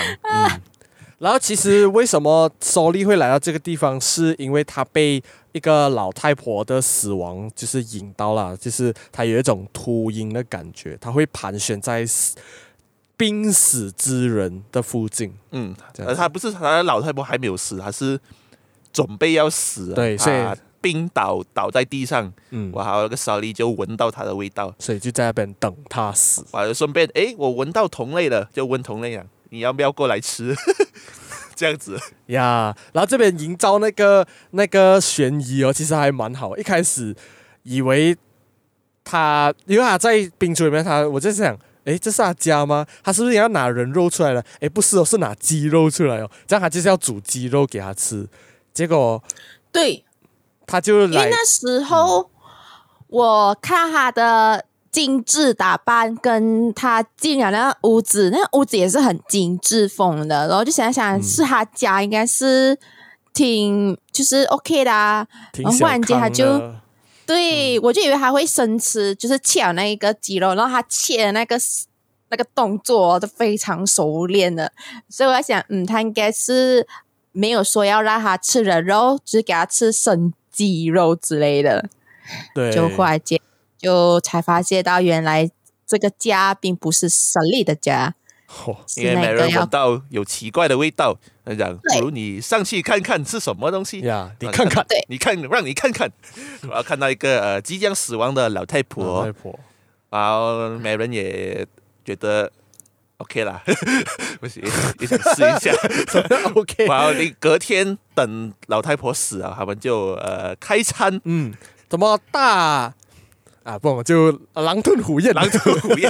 C: 然后其实为什么 Solly 会来到这个地方，是因为他被一个老太婆的死亡就是引到了，就是他有一种秃鹰的感觉，他会盘旋在死濒死之人的附近。
E: 嗯，
C: 这样
E: 而他不是他的老太婆还没有死，他是准备要死啊，
C: 对所以
E: 他病倒倒在地上，
C: 嗯，
E: 哇，那个莎莉就闻到他的味道，
C: 所以就在那边等他死。
E: 哇，就顺便诶，我闻到同类了，就问同类啊，你要不要过来吃？ 这样子，
C: 呀然后这边营造那个那个悬疑哦，其实还蛮好。一开始以为他，因为他在冰橱里面他，我就想，诶，这是他家吗？他是不是也要拿人肉出来了？诶，不是哦，是拿鸡肉出来哦。这样他就是要煮鸡肉给他吃。结果
D: 对，
C: 他就
D: 因为
C: 来，
D: 哎那时候我看他的精致打扮，跟他进了那个屋子，那个屋子也是很精致风的，然后就想想是他家应该是挺就是 OK 的、啊，
C: 挺小康
D: 忽然间他就
C: 的。
D: 对、我就以为他会生吃，就是切了那一个鸡肉，然后他切的那个那个动作都非常熟练的，所以我在想，嗯，他应该是没有说要让他吃人肉，只是给他吃生鸡肉之类的。
C: 对，
D: 就后来接就才发现到原来这个家并不是神力的家，
C: 哦，
E: 因为每
D: 那个
E: 人
D: 要
E: 闻到有奇怪的味道，他讲
D: 对
E: 不如你上去看看是什么东西
C: 呀你
E: 啊
C: 看 看
D: 对
E: 你看，让你看看， 然后看到一个呃即将死亡的老太
C: 老
E: 婆
C: 太，婆，
E: 然后美人也觉得 OK 啦， 不行，也想试一 下。
C: OK，
E: 然后你隔天等老太婆死啊了，他们就呃开餐
C: 嗯，怎么大啊？不，就狼吞虎咽，
E: 狼吞虎 咽，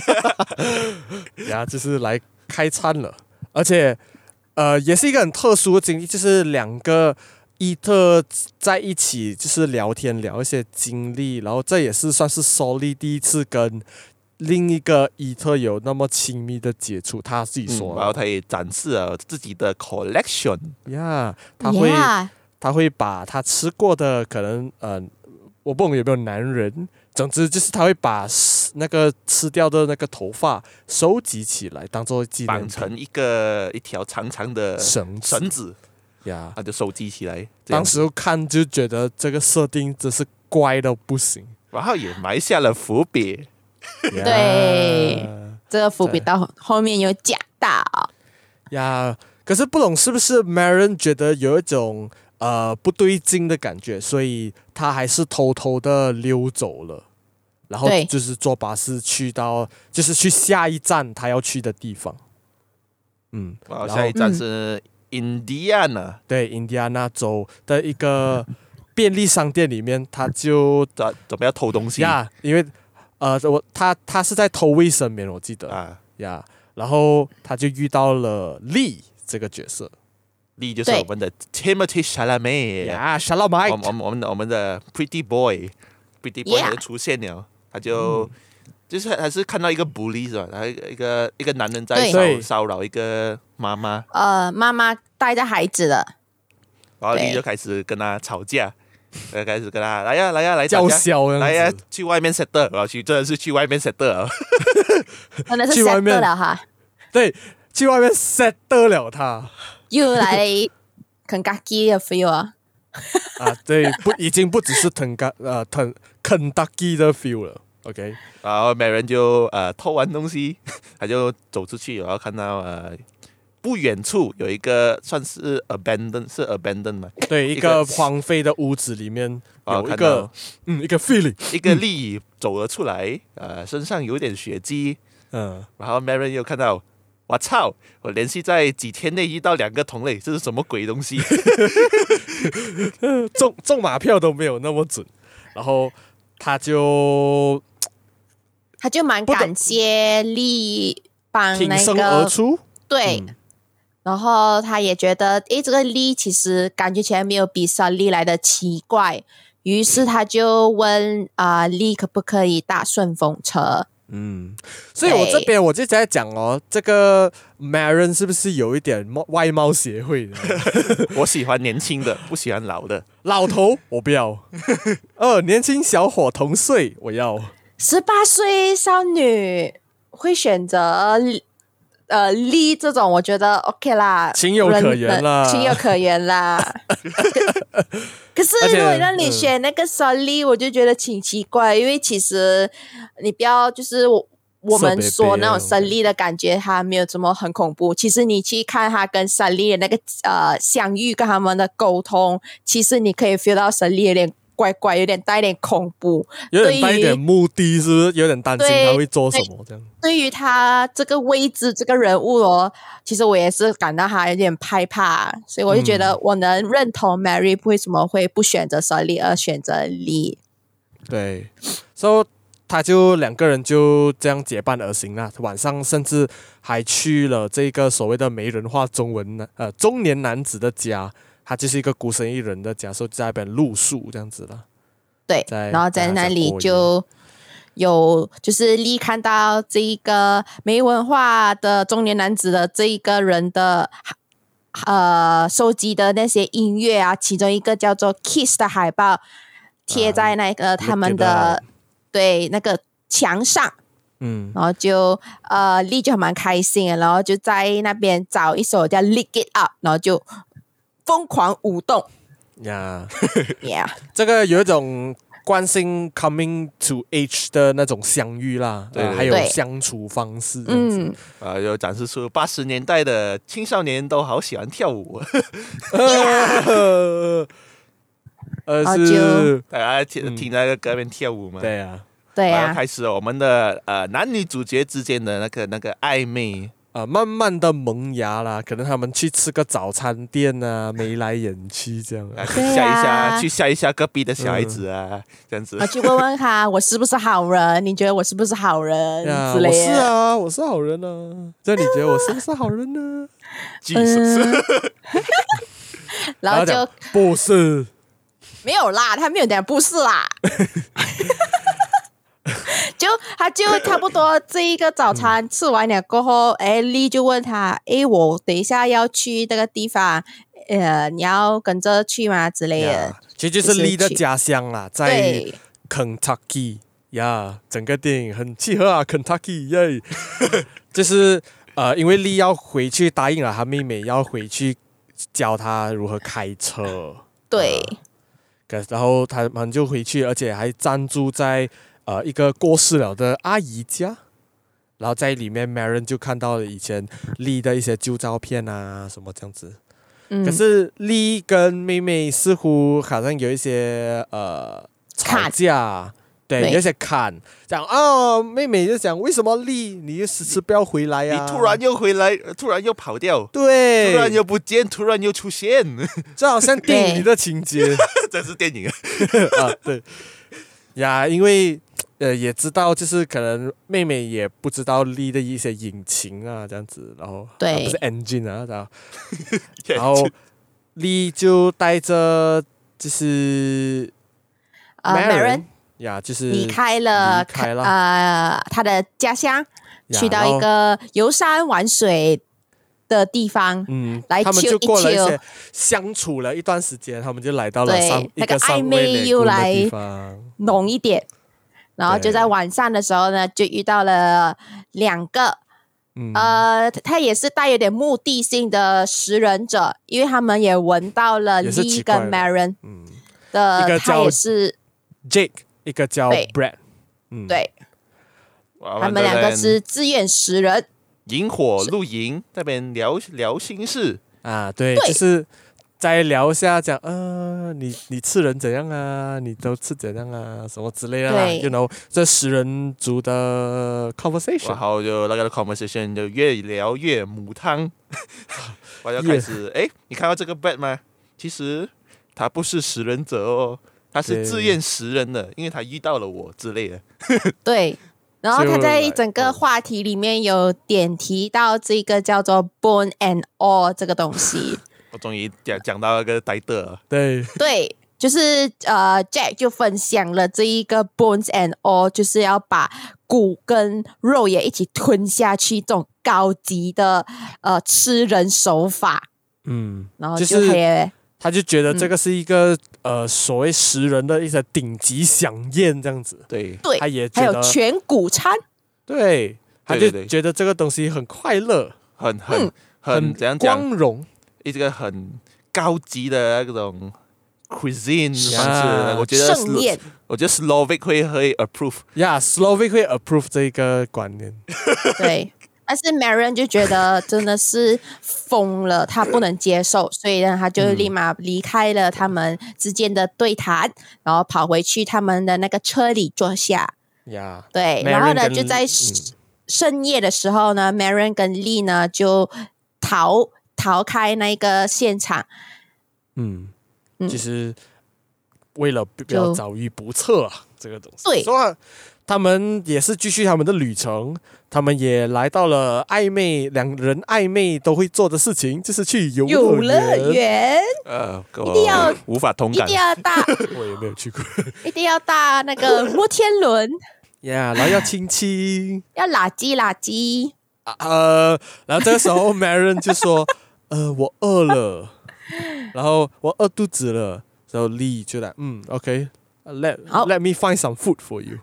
C: 呀，就是来开餐了，而且呃，也是一个很特殊的经历，就是两个伊特在一起，就是聊天聊一些经历，然后这也是算是 Solly 第一次跟另一个伊特有那么亲密的接触，他自己说
E: 嗯然后
C: 了
E: 他也展示了自己的 collection，
C: 呀他会
D: Yeah，
C: 他会把他吃过的可能呃，我不懂有没有男人，总之就是他会把那个吃掉的那个头发收集起来，当做纪念
E: 绑
C: 品
E: 成一呃个一条长长的
C: 绳子
E: 绳子，
C: 呀。
E: 他就收集起来。这样
C: 当时看就觉得这个设定真是乖到不行。
E: 然后也埋下了伏笔。
D: 对
C: 呀
D: 这个伏笔到后后面有讲到，
C: 呀，可是不懂是不是 Marin 觉得有一种呃不对劲的感觉，所以他还是偷偷的溜走了，然后
D: 对
C: 就是坐巴士去到，就是去下一站他要去的地方。嗯，
E: 然后
C: 然
E: 下
C: 后嗯
E: 一站是 Indiana，
C: 对，印第安纳州的一个便利商店里面，他就
E: 准准备要偷东西
C: 呀，因为呃，我他他是在偷卫生棉，我记得
E: 啊。
C: 呀然后他就遇到了丽这个角色
E: 丽就是
D: 对
E: 我们的 Timothy Chalamet，
C: 呀，沙老麦
E: 我们我们我们的我们的 Pretty Boy，Pretty Boy
D: Yeah 嗯
E: 也出现了，他就就是还是看到一个 bully 是吧？他一个一个男人在
D: 对
E: 骚
C: 对
E: 骚扰一个妈妈，
D: 呃，妈妈带着孩子了，
E: 然后
D: 对
E: 丽就开始跟他吵架， 呃，开始跟他来呀来呀来
C: 叫
E: 吵架
C: 嚣这
E: 来
C: 样
E: 呀
C: 子，
E: 去外面 settle，然后去真的是去外面 settle 了。
D: 真的是
C: 去外
D: set
C: 面
D: 了哈，
C: 对，去外面 set 得了他
D: 又来 肯嘎基的 feel 啊，
C: 啊，对，不，已经不只是腾格 呃腾肯德基的 feel 了，OK，
E: 然后美人就呃偷完东西， 他就走出去，然后看到呃不远处有一个算是 abandon 是 abandon 嘛，
C: 对，一
E: 一
C: 个
E: 个
C: 荒废的屋子里面
E: 啊
C: 有一
E: 看
C: 个
E: 到
C: 嗯一个 feeling，
E: 一个丽走了出来，呃身上有点血迹，
C: 嗯，
E: 然后美人又看到。我操！我连续在几天内遇到两个同类，这是什么鬼东西？
C: 中中马票都没有那么准，然后他就
D: 他就蛮
C: 不懂
D: 感谢丽帮
C: 挺
D: 那
C: 身而
D: 个
C: 出，
D: 对，然后他也觉得，诶，这个丽其实感觉起来没有比小丽来的奇怪，于是他就问啊、丽可不可以搭顺风车？
C: 嗯，所以我这边我就在讲哦，这个 Marin 是不是有一点貌外貌协会的
E: 我喜欢年轻的，不喜欢老的。
C: 老头？我不要。二年轻小伙同岁，我要。
D: 十八岁少女会选择呃丽这种，我觉得 OK 啦，
C: 情有可原
D: 人
C: 啦
D: 情有可 原啦。可是
C: 而且
D: 如果让你
C: 嗯
D: 选那个小丽，我就觉得挺奇怪，因为其实你不要就是我。我们说那种
C: 色
D: 神
C: 贝贝
D: 力的感觉，它没有这么很恐怖。其实你去看他跟神力的那个呃相遇，跟他们的沟通，其实你可以 feel 到神力有点怪怪，有点带一点恐怖。
C: 有点带一
D: 对于
C: 点目的，是不是？有点担心
D: 对
C: 他会做什么这样。
D: 对于他这个位置、这个人物哦，其实我也是感到他有点害怕，所以我就觉得我能认同 Mary 为什么会不选择 Sally 而选择 Lee。
C: 对，所、so, 以他就两个人就这样结伴而行啦。晚上甚至还去了这个所谓的没人话中文男呃中年男子的家，他就是一个孤身一人的家，所以在那边露宿这样子啦。
D: 对，
C: 在
D: 然后在那里就有就是丽看到这一个没文化的中年男子的这一个人的呃收集的那些音乐啊，其中一个叫做《Kiss》的海报贴在那个他们的、对那个墙上。
C: 嗯，
D: 然后就呃丽就还蛮开心的，然后就在那边找一首叫《Lick It Up》，然后就疯狂舞动
C: 呀、
D: ，Yeah，
C: 这个有一种关心 coming to age 的那种相遇啦，
E: 对
C: 呃
E: 对
C: 还有
D: 对
C: 相处方式，嗯，
D: 嗯，
E: 啊，又展示出八十年代的青少年都好喜欢跳舞，
C: 呃，
D: 好
C: 呃
D: 久
C: 是，
E: 大家听听那个歌边跳舞嘛。
C: 对啊呀、
D: 对啊
E: 然
D: 哎呀、
E: 后开始我们的呃男女主角之间的那个那个暧昧，
C: 啊，慢慢的萌芽啦，可能他们去吃个早餐店啊，眉来眼去这 样啊。
E: 啊，去
D: 对
E: 吓
D: 嗯
E: 一
D: 啊
E: 吓，去吓一吓隔壁的小孩子啊，这样子
D: 我。去问问他，我是不是好人？你觉得我是不是好人
C: 呀
D: 之
C: 我
D: 类
C: 是
D: 的？
C: 啊，我是好人啊。这你觉得我是不是好人呢？
E: Jesus，
D: 嗯 然后就
C: 讲不是，
D: 没有啦，他没有讲不是啦， 就他就差不多这一个早餐吃完了 过后，哎，丽就问他，哎，我等一下要去那个地方，呃，你要跟着去吗之类的？
C: 呀其实就是
D: 哎就是
C: 丽的
D: 去
C: 家乡啦，在
D: 对，
C: Kentucky 呀、整个电影很契合啊，Kentucky 耶、 就是呃，因为丽要回去，答应了她妹妹要回去教她如何开车，
D: 对，
C: 可然后他们就回去，而且还暂住在呃一个过世了的阿姨家。然后在里面，Maren 就看到了以前丽的一些旧照片啊，什么这样子。
D: 嗯
C: 呃可，是丽跟妹妹似乎好像有一些呃吵
D: 看
C: 架，对，
D: 对
C: 有一些砍，讲哦，妹妹就讲为什么丽你迟迟不要回来
E: 你
C: 呀、
E: 突然又回来，突然又跑掉，
C: 对，
E: 突然又不见，突然又出现，
C: 这好像电影里的情节
E: 这是电影啊。
C: 啊，对呀，因为呃也知道就是可能妹妹也不知道丽的一些隐情啊，这样子，然后
D: 对
C: 啊不是 engine 啊，然后然 后丽就带着就是
D: 呃 m a r o n
C: 呀，就是
D: 离开了
C: 离开了
D: 呃他的家乡，
C: 呀
D: 去到一
C: 然后
D: 个游山玩水的地方，
C: 嗯，
D: 来
C: 他们
D: chill
C: 就过了一
D: 一
C: 些
D: chill
C: 相处了一段时间，他们就来到了
D: 对
C: 三一
D: 那个
C: 个
D: 暧
C: 三
D: 昧
C: 味雷
D: 又
C: 谷的
D: 来
C: 地方，
D: 浓一点。然后就
C: 对
D: 在晚上的时候呢，就遇到了两个，
C: 嗯
D: 呃，他也是带有点目的性的食人者，因为他们也闻到了
C: 也是
D: Lee
C: 奇怪
D: 跟
C: 的
D: Maron
C: 嗯一
D: 的，
C: 个
D: 他
C: 叫
D: 也是
C: ，Jake 一个叫
D: 对
C: Brad，嗯，
D: 对，
E: 哇
D: 他们两个
E: 在
D: 是自愿食人，
E: 萤火露营那边聊聊心事，
C: 啊，对，
D: 对
C: 就是再聊一下讲，呃，你你吃人怎样啊？你都吃怎样啊？什么之类的啦
D: 对
C: ，you know，这食人族的 conversation
E: 然。后就那个 conversation 就越聊越母汤， 我就开始哎，诶你看到这个 bet 吗？其实他不是食人者哦，他
C: 对
E: 是自愿食人的，因为他遇到了我之类的。
D: 对。然后
C: 就
D: 他在
C: 来
D: 整个话题里面有点提到这个叫做 “bone and all” 这个东西，
E: 我终于讲讲到那个呆的了，
C: 对，嗯
D: 对，就是呃，Jack 就分享了这一个 bones and all，就是要把骨跟肉也一起吞下去这种高级的呃吃人手法，
C: 嗯，
D: 然后
C: 就
D: 就是也
C: 他就觉得
D: 嗯
C: 这个是一个、呃所谓食人的一些顶级飨宴这样子，
E: 对，
D: 对，
C: 他也
D: 还
C: 觉
D: 有
C: 得
D: 全骨餐，
C: 对，他
E: 对
C: 就
E: 对对
C: 觉得这个东西很快乐，
E: 很很很怎样讲，
C: 光荣，
E: 一这个很高级的那种 cuisine
C: 呀
E: 方式，我觉得
D: 盛
E: Slo-
D: 宴，
E: 我觉得 Slovak 会会 approve，
C: 呀、s l o v a k 会 approve 这一个观念，
D: 对。但是 Marion 就觉得真的是疯了，他不能接受，所以呢，他就
C: 嗯
D: 立马离开了他们之间的对谈，然后跑回去他们的那个车里坐下。
C: 呀、
D: 对，
C: Maren
D: 然后呢，
C: 跟
D: 就在
C: 嗯
D: 深深夜的时候呢，Maren 跟 Lee 呢就逃逃开那个现场，
C: 嗯，
D: 嗯
C: 就是为了不不要
D: 就
C: 遭遇不测啊，这个东西。
D: 对
C: 所以他们也是继续他们的旅程，他们也来到了暧昧两人暧昧都会做的事情，就是去游
D: 游
C: 乐
D: 乐
C: 园。
D: 园
E: 呃，
D: 一定要
E: 我无法同
D: 一
E: 感
D: 定。要搭，
C: 我也没有 去过
D: 一定要搭那个摩天轮，
C: 呀然后要亲亲，
D: 要垃圾垃圾，
C: 啊呃，然后这个时候 Maren 就说：“呃，我饿了，然后我饿肚子了。”然后 Lee 就来，嗯，OK，let、
D: 好
C: let me find some food for you。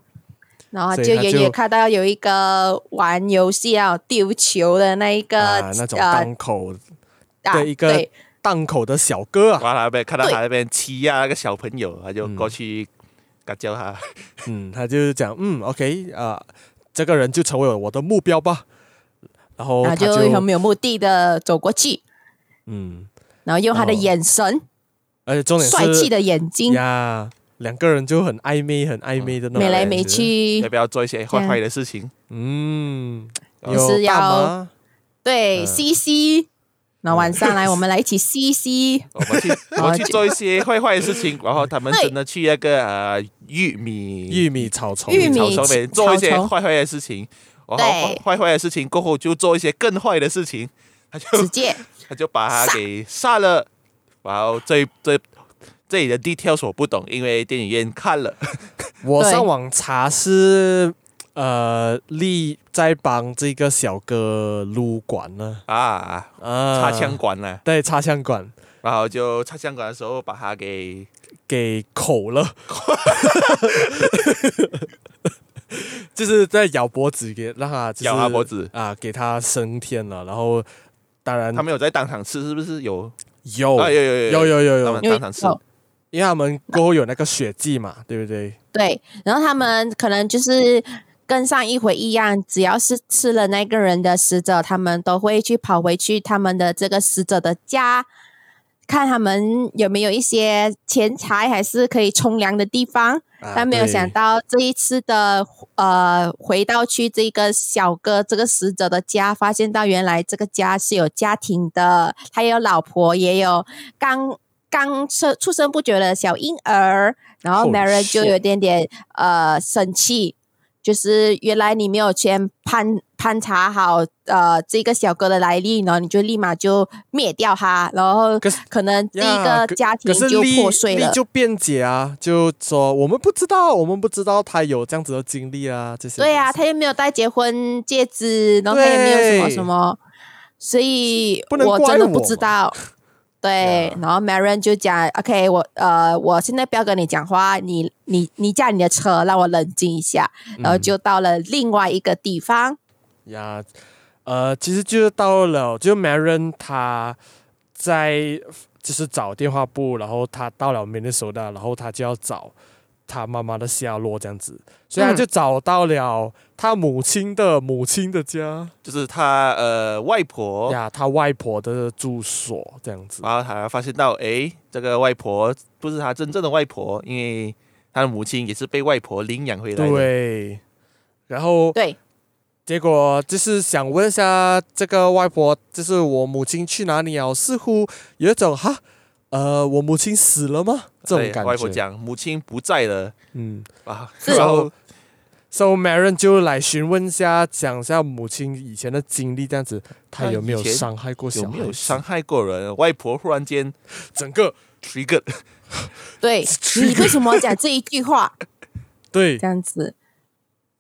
D: 然后
C: 所以
D: 就
C: 他
D: 远
C: 就
D: 远看到有一个玩游戏要丢球的那一个
C: 啊，那种
D: 呃
C: 档口
D: 啊
C: 的一个
D: 对
C: 档口的小哥啊，
E: 哇，他被看到
D: 对
E: 他那边欺压那个小朋友，他就
C: 嗯
E: 过去嘎叫
D: 哎
E: 他，
C: 嗯，他就是讲，嗯，OK 啊、这个人就成为了我的目标吧。然后
D: 他
C: 他
D: 啊就很没有目的的走过去，
C: 嗯，
D: 然后用他的
C: 哦
D: 眼神，
C: 而且重点是
D: 帅气的眼睛，
C: 呀，两个人就很暧昧，很暧昧的那种
D: 没来没
C: 感觉，
E: 要
D: 去，
E: 不要做一些坏坏的事 情？
C: 嗯，
D: 就
C: 有
D: 是要
C: 大麻
D: 对，
C: 嗯
D: 吸吸。那晚 上来，我们来一起吸吸。
E: 我们去，我们去做一些坏坏的事情，然后他们真的去那个呃玉米
C: 玉米草丛，
D: 哎玉米
E: 草丛里做一些
D: 草丛
E: 坏坏的事情，然后
D: 对
E: 坏坏的事情过后就做一些更坏的事情，他就
D: 直 接
E: 他就把他给杀了。然后这这这里的 details 我不懂，因为电影院看了。
C: 我
D: 对
C: 上网查是呃，力在帮这个小哥撸管呢，
E: 啊，
D: 嗯
C: 啊，
E: 插枪，管了，
C: 对，插枪管
E: 然后就插枪管的时候把他给
C: 给口了， 就是在咬脖子给让他、就是、
E: 咬他脖子
C: 啊，给他升天了，然后当然
E: 他没有在当场吃，是不是有？
C: 有、
E: 啊，有有
C: 哦有有有
E: 他
C: 有
E: 们，
D: 因为
E: 当场吃
D: 哦
C: 因为他们过后有那个血迹嘛，对不对？
D: 对，然后他们可能就是跟上一回一样，只要是吃了那个人的死者，他们都会去跑回去他们的这个死者的家，看他们有没有一些钱财还是可以冲凉的地方。
C: 啊
D: 但没有
C: 对
D: 想到这一次的呃，回到去这个小哥这个死者的家，发现到原来这个家是有家庭的，他有老婆，也有刚刚出出生不久的小婴儿。然后
C: Holy
D: Mary 就
C: shit
D: 有点点呃生气，就是原来你没有先攀攀查好呃这个小哥的来历，然后你就立马就灭掉他，然后
C: 可是
D: 可能第一
C: 呀
D: 个
C: 可
D: 家庭
C: 可是
D: 就
C: 丽
D: 破碎
C: 丽
D: 了。
C: 就辩解啊，就说我们不知道，我们不知道他有这样子的经历啊，这些
D: 对呀、
C: 东西
D: 他又没有戴结婚戒指，然后他也没有什么
C: 对
D: 什么，所以
C: 不能
D: 我
C: 怪
D: 真的
C: 我啊
D: 不知
C: 嘛
D: 道。对
C: Yeah
D: 然后 Marion 就讲，OK，我呃，我现在不要跟你讲话，你你你驾你的车，让我冷静一下。然
C: 嗯
D: 后呃就到了另外一个地方，
C: 呀，呃，其实就是到了，就 Marion 他在就是找电话簿，然后他到了 Minnesota，然后他就要找他妈妈的下落这样子，所以他
D: 嗯
C: 就找到了他母亲的母亲的家、
E: 就是他呃外婆，
C: 呀，他外婆的住所这样子。
E: 然后他发现到，诶，这个外婆不是他真正的外婆，因为他的母亲也是被外婆领养回来的。
C: 对，然后
D: 对，
C: 结果就是想问一下这个外婆，就是我母亲去哪里啊？似乎有一种哈，呃，我母亲死了吗？这种
E: 对
C: 感
E: 哎外婆
C: 觉。
E: 讲母亲不在了
C: 嗯
E: 啊，
D: 是
E: 然后
C: ，So Marion 就来询问一下，讲一下母亲以前的经历，这样子，她
E: 她
C: 有没有
E: 以前
C: 伤害过小
E: 有
C: 孩子？
E: 没有伤害过人？外婆忽然间
C: 整个
E: trigger，
D: 对你为什么讲这一句话？
C: 对
D: 这样子，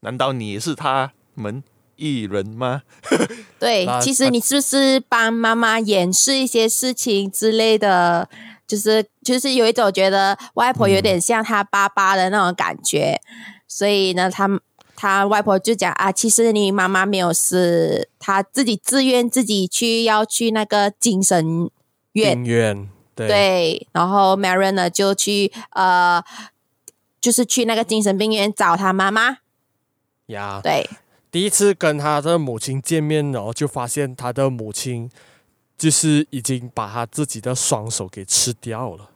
E: 难道你是他们一人吗？
D: 对
C: 那，
D: 其实你是不是帮妈妈掩饰一些事情之类的？就是就是有一种觉得外婆有
C: 嗯
D: 点像她爸爸的那种感觉，所以呢，她她外婆就讲啊，其实你妈妈没有死，她自己自愿自己去要去那个精神院，
C: 病院，对
D: 对，然后 Marion 呢就去呃，就是去那个精神病院找她妈妈，
C: 呀，
D: 对，
C: 第一次跟他的母亲见面，然后就发现他的母亲就是已经把他自己的双手给吃掉了，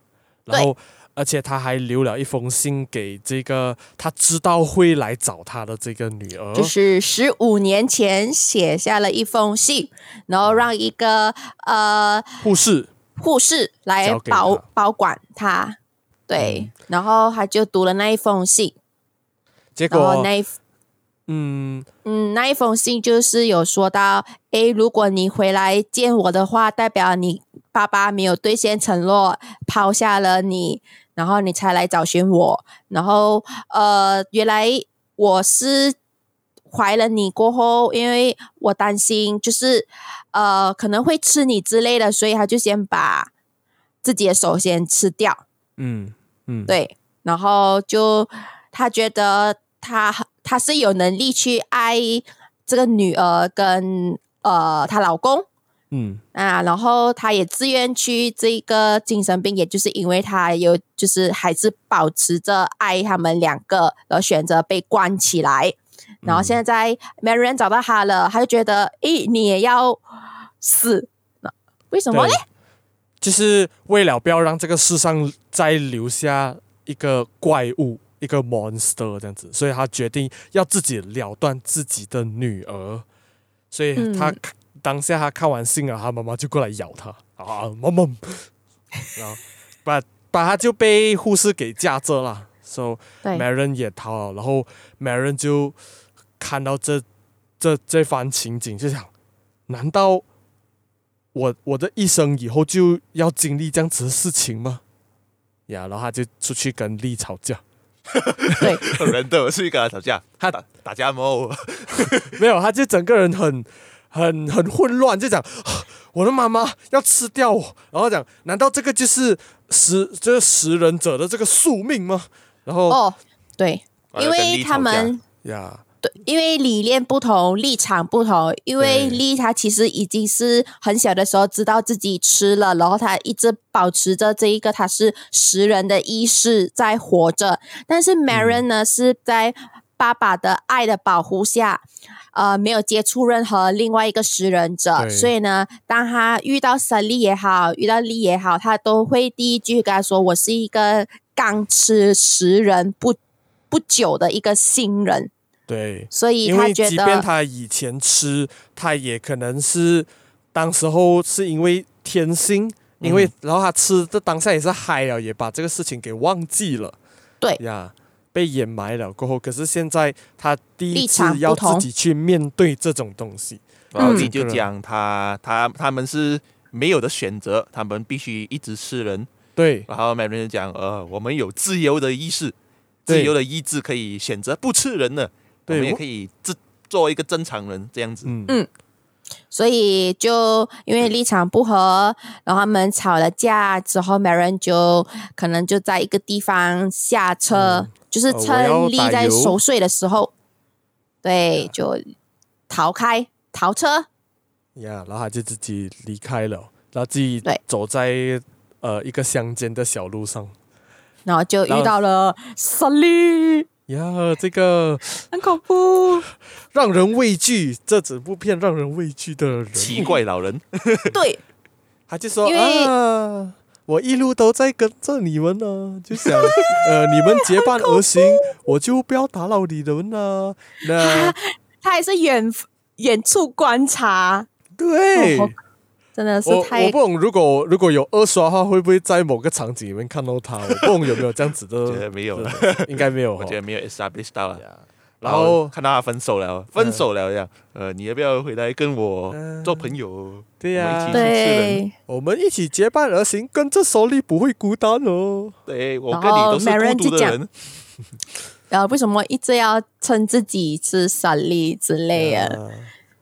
C: 然后而且他还留了一封信给这个他知道会来找他的这个女儿，
D: 就是十五年前写下了一封信，然后让一个呃
C: 护士，
D: 护士来
C: 交给
D: 保
C: 他嗯
D: 保管他。对，然后他就读了那一封信，
C: 结
D: 然后
C: 果
D: 那一
C: 嗯
D: 嗯那一封信就是有说到，诶，如果你回来见我的话，代表你爸爸没有兑现承诺，抛下了你，然后你才来找寻我，然后呃，原来我是怀了你过后，因为我担心就是呃可能会吃你之类的，所以他就先把自己的手先吃掉，
C: 嗯嗯，
D: 对，然后就他觉得他他是有能力去爱这个女儿跟呃她老公，
C: 嗯
D: 啊，然后他也自愿去这个精神病，也就是因为他有就是还是保持着爱他们两个，然后选择被关起来。然后现在 Marion 找到他了，他就觉得，诶，你也要死，那为什么
C: 对
D: 嘞？
C: 就是为了不要让这个世上再留下一个怪物，一个 monster 这样子，所以他决定要自己了断自己的女儿。所以他、
D: 嗯
C: 当下他看完信啊，他妈妈就过来咬他啊，妈妈，然后把把他就被护士给架着了。So
D: 对
C: Maron 也逃了，然后 Maron 就看到这这这番情景，就想：难道我我的一生以后就要经历这样子的事情吗？呀、然后他就出去跟丽吵架，
D: 对，
E: 人都有去跟他吵架，
C: 他
E: 打打架么？
C: 没有，他就整个人很很很混乱，就讲啊我的妈妈要吃掉我，然后讲难道这个就是食就是食人者的这个宿命吗？然后
D: 哦，对，因为他们
C: 呀，
D: 对，因为理念不同，立场不同。因为
C: 对
D: 丽她其实已经是很小的时候知道自己吃了，然后她一直保持着这一个她是食人的意识在活着。但是 Marin 呢，
C: 嗯
D: 是在爸爸的爱的保护下，呃，没有接触任何另外一个食人者，
C: 对
D: 所以呢，当他遇到神力也好，遇到力也好，他都会第一句跟他说：“我是一个刚吃食人不不久的一个新人。”
C: 对，
D: 所以
C: 因
D: 他
C: 为
D: 觉
C: 即便
D: 得
C: 他以前吃，他也可能是当时候是因为天性，
D: 嗯
C: 因为、然后他吃的当下也是嗨了，也把这个事情给忘记了。
D: 对
C: 呀，被掩埋了过后，可是现在他第一
D: 立
C: 次
D: 场不
C: 要自
D: 同
C: 己去面对这种东西。
E: 然后
D: 嗯
E: 你就讲他他他们是没有的选择，他们必须一直吃人。
C: 对
E: 然后 Marion 就讲，呃，我们有自由的意识，
C: 对
E: 自由的意志可以选择不吃人的，我
C: 对
E: 们也
C: 我
E: 可以自作为一个正常人这样子。
C: 嗯
D: 所以就因为立场不合，然后他们吵了架之后，Maron 就可能就在一个地方下车，就是
C: 呃我
D: 趁
C: 要
D: 力
C: 打
D: 在
C: 油
D: 熟睡的时候，对，就逃开逃车，
C: 呀然后他就自己离开了，然后自己
D: 对
C: 走在呃一个乡间的小路上。
D: 然后就
C: 然
D: 遇
C: 后
D: 到了神力，
C: 呀这个
D: 很恐 怖。
C: 让人畏惧，这整部片让人畏惧的人物
E: 奇怪 老人，
D: 对，
C: 他就说
D: 因为
C: 啊，我一路都在跟着你们呢、就想呃，你们结伴而行，我就不要打扰你们了、那
D: 他还是远远处观察，
C: 对，
D: 哦好真的是
C: 我我
D: 太
C: 不懂，如果如果有二刷的话，会不会在某个场景里面看到他？我不懂有没有这样子
E: 我觉得
C: 的，
E: 没有了，
C: 应该没有哦。
E: 我觉得没有 establish 到了。
C: 然
E: 然
C: 后
E: 后看到他分手了，分手了呀，呃，
C: 嗯
E: 你要不要回来跟我做朋友？
C: 对
E: 我们
C: 呀、
E: 一起
D: 对。
C: 我们一起结伴而行，跟着手里不会孤单哦。
E: 对我
D: 然
E: 跟你
D: 后
E: 都是
D: Maren
E: 孤独
D: 就
E: 的
D: 讲
E: 人，
D: 然后为什么一直要称自己是神力之类的？
C: 啊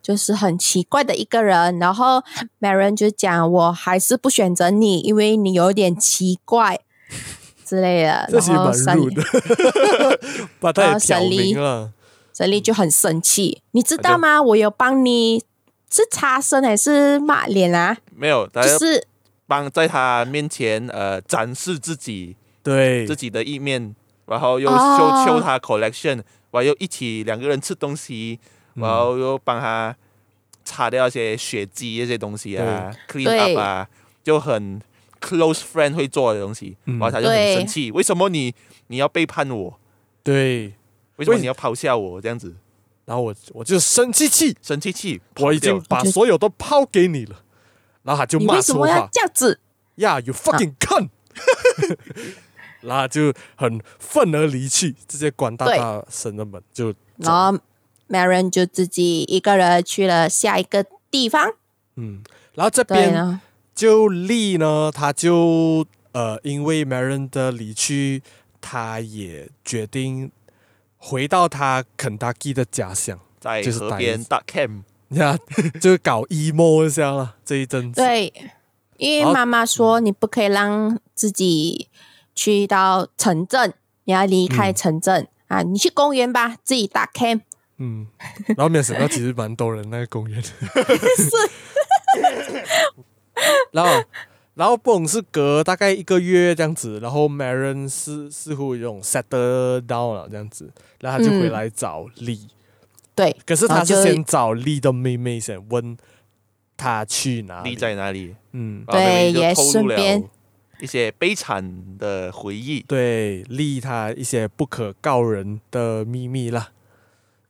D: 就是很奇怪的一个人。然 后 Maron 就讲：“我还是不选择你，因为你有点奇怪之类的。”
C: 这
D: 然
C: 些蛮
D: 后神
C: 入
D: 力
C: 的，把他
D: 然
C: 也挑
D: 后闪离
C: 明了。
D: 神力就很生气，你知道吗？我有帮你是擦身还是抹脸啊？
E: 没有，
C: 哎
E: 他
D: 就是
E: 帮在他面前呃展示自己
C: 对
E: 自，己的意面，然后又
D: 哦
E: 秀秀他 collection，然后又一起两个人吃东西，
C: 嗯
E: 然后又帮他擦掉一些血迹这些东西啊，clean
D: 对
E: up 啊，就很 close friend 会做的东西，
C: 嗯
E: 然后他就很
D: 对
E: 生气，为什么你你要背叛我？
C: 对。
E: 为什么
C: 为
E: 你要抛下我这样子？
C: 然后我我就生气气，
E: 生气气，
C: 我已经
E: 跑掉
C: 把所有都抛给你了。然后他就
D: 你
C: 骂
D: 为什
C: 出
D: 么要啊
C: 话
D: 这样子？
C: 呀、y o u fucking cunt！、然后他就很愤而离去，直接关大大神的门就
D: 然后 Maron 就自己一个人去了下一个地方。
C: 嗯。然后这
D: 对啊
C: 边
D: 呢，
C: 就丽呢，她就呃因为 Marin 的离去，她也决定回到她肯塔基的家乡
E: 在
C: 就是
E: 河
C: 打
E: 边
C: 一
E: 搭 camp，
C: 呀， 就搞 emo 一下了这一阵子。
D: 对，因
C: 然
D: 为
C: 后
D: 妈妈说你不可以让自己去到城镇，你要离开城镇、啊，你去公园吧，自己打 cam。
C: 嗯，然后没有想到，其实蛮多人那个公园，是， 然后，然后 b 是隔大概一个月这样子，然后 Maron 似似乎有种 settle down 了这样子，然后他就回来找 Lee，、
D: 对，
C: 可是
D: 嗯然
C: 他
D: 后
C: 是
D: 就
C: 先找 Lee 的妹妹先问他去哪
E: 立
C: 里，
E: 在哪里？
C: 嗯，
E: 然后妹妹
D: 对
E: 就
D: 也
E: 透
D: 顺
E: 露了
D: 便
E: 一些悲惨的回忆。
C: 对，Lee 他一些不可告人的秘密啦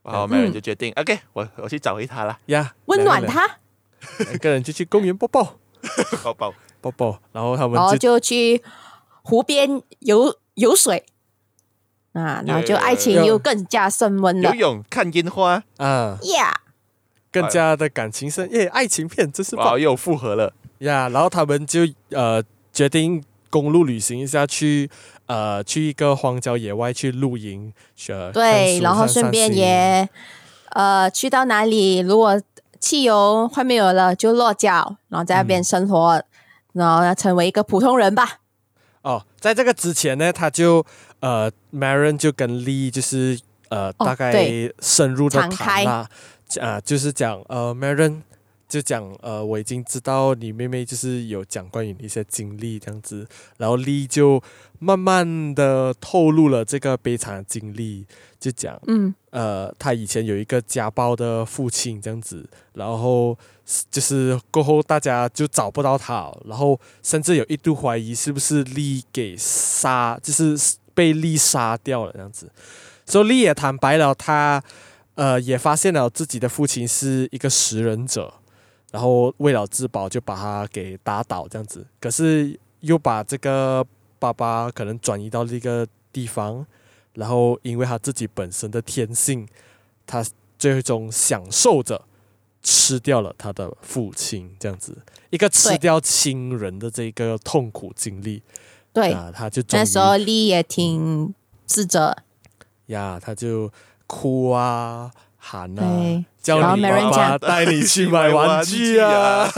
E: 然后 Mary 就决定、o k 我我去找回他了，
C: 呀，
D: 温暖
C: 两个人，
D: 他，
C: 两个人就去公园抱抱
E: 抱抱。
C: 抱抱，然后他们
D: 然后
C: 就
D: 就去湖边游游水啊，然后就
E: 有
D: 爱情
C: 有
D: 又更加升温了
E: 游泳、看烟花，
C: 啊，
D: ，Yeah，
C: 更加的感情深，耶，爱情片真是
E: 然后
C: 棒
E: 又复合了。
C: 呀。然后他们就呃决定公路旅行一下去。呃，去一个荒郊野外去露营，呃，看
D: 对，
C: 书
D: 然后
C: 散
D: 顺
C: 散
D: 便
C: 心
D: 也呃去到哪里，如果汽油快没有了就落脚，然后在那边生活，然后成为一个普通人吧。
C: 哦，在这个之前呢，他就呃，Maron 就跟 Lee 就是呃，
D: 哦
C: 大概
D: 对
C: 深入的
D: 敞
C: 谈啦，啊、就是讲呃，Maron 就讲呃，我已经知道你妹妹就是有讲关于你一些经历这样子，然后 Lee 就慢慢的透露了这个悲惨的经历，就讲
D: 嗯，
C: 呃，他以前有一个家暴的父亲这样子，然后是就是过后大家就找不到他，然后甚至有一度怀疑是不是丽给杀，就是被丽杀掉了这样子。所以丽也坦白了他，呃，也发现了自己的父亲是一个食人者，然后为了自保就把他给打倒这样子，可是又把这个爸爸可能转移到另一个地方，然后因为他自己本身的天性，他最终享受着吃掉了他的父亲，这样子一个吃
D: 对
C: 掉亲人的这个痛苦经历
D: 对，
C: 啊，他就终于
D: 那时候丽也挺自责，
C: 呀，他就哭啊 喊啊
D: 对，
C: 叫你
D: 然
C: 爸
D: 后 Maren
C: 爸
D: 讲
C: 带你去买玩具 啊。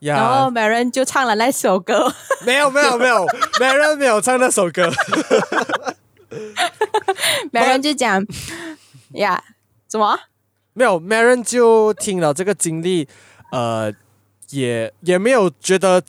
C: 呀
D: 然后 Maron 就唱了那 首歌，
C: 没有没有没有，Maren 没有唱那首歌。
D: Maron 就讲呀，怎么？
C: 没有，Maren 就听了这个经历，呃，也也没有觉得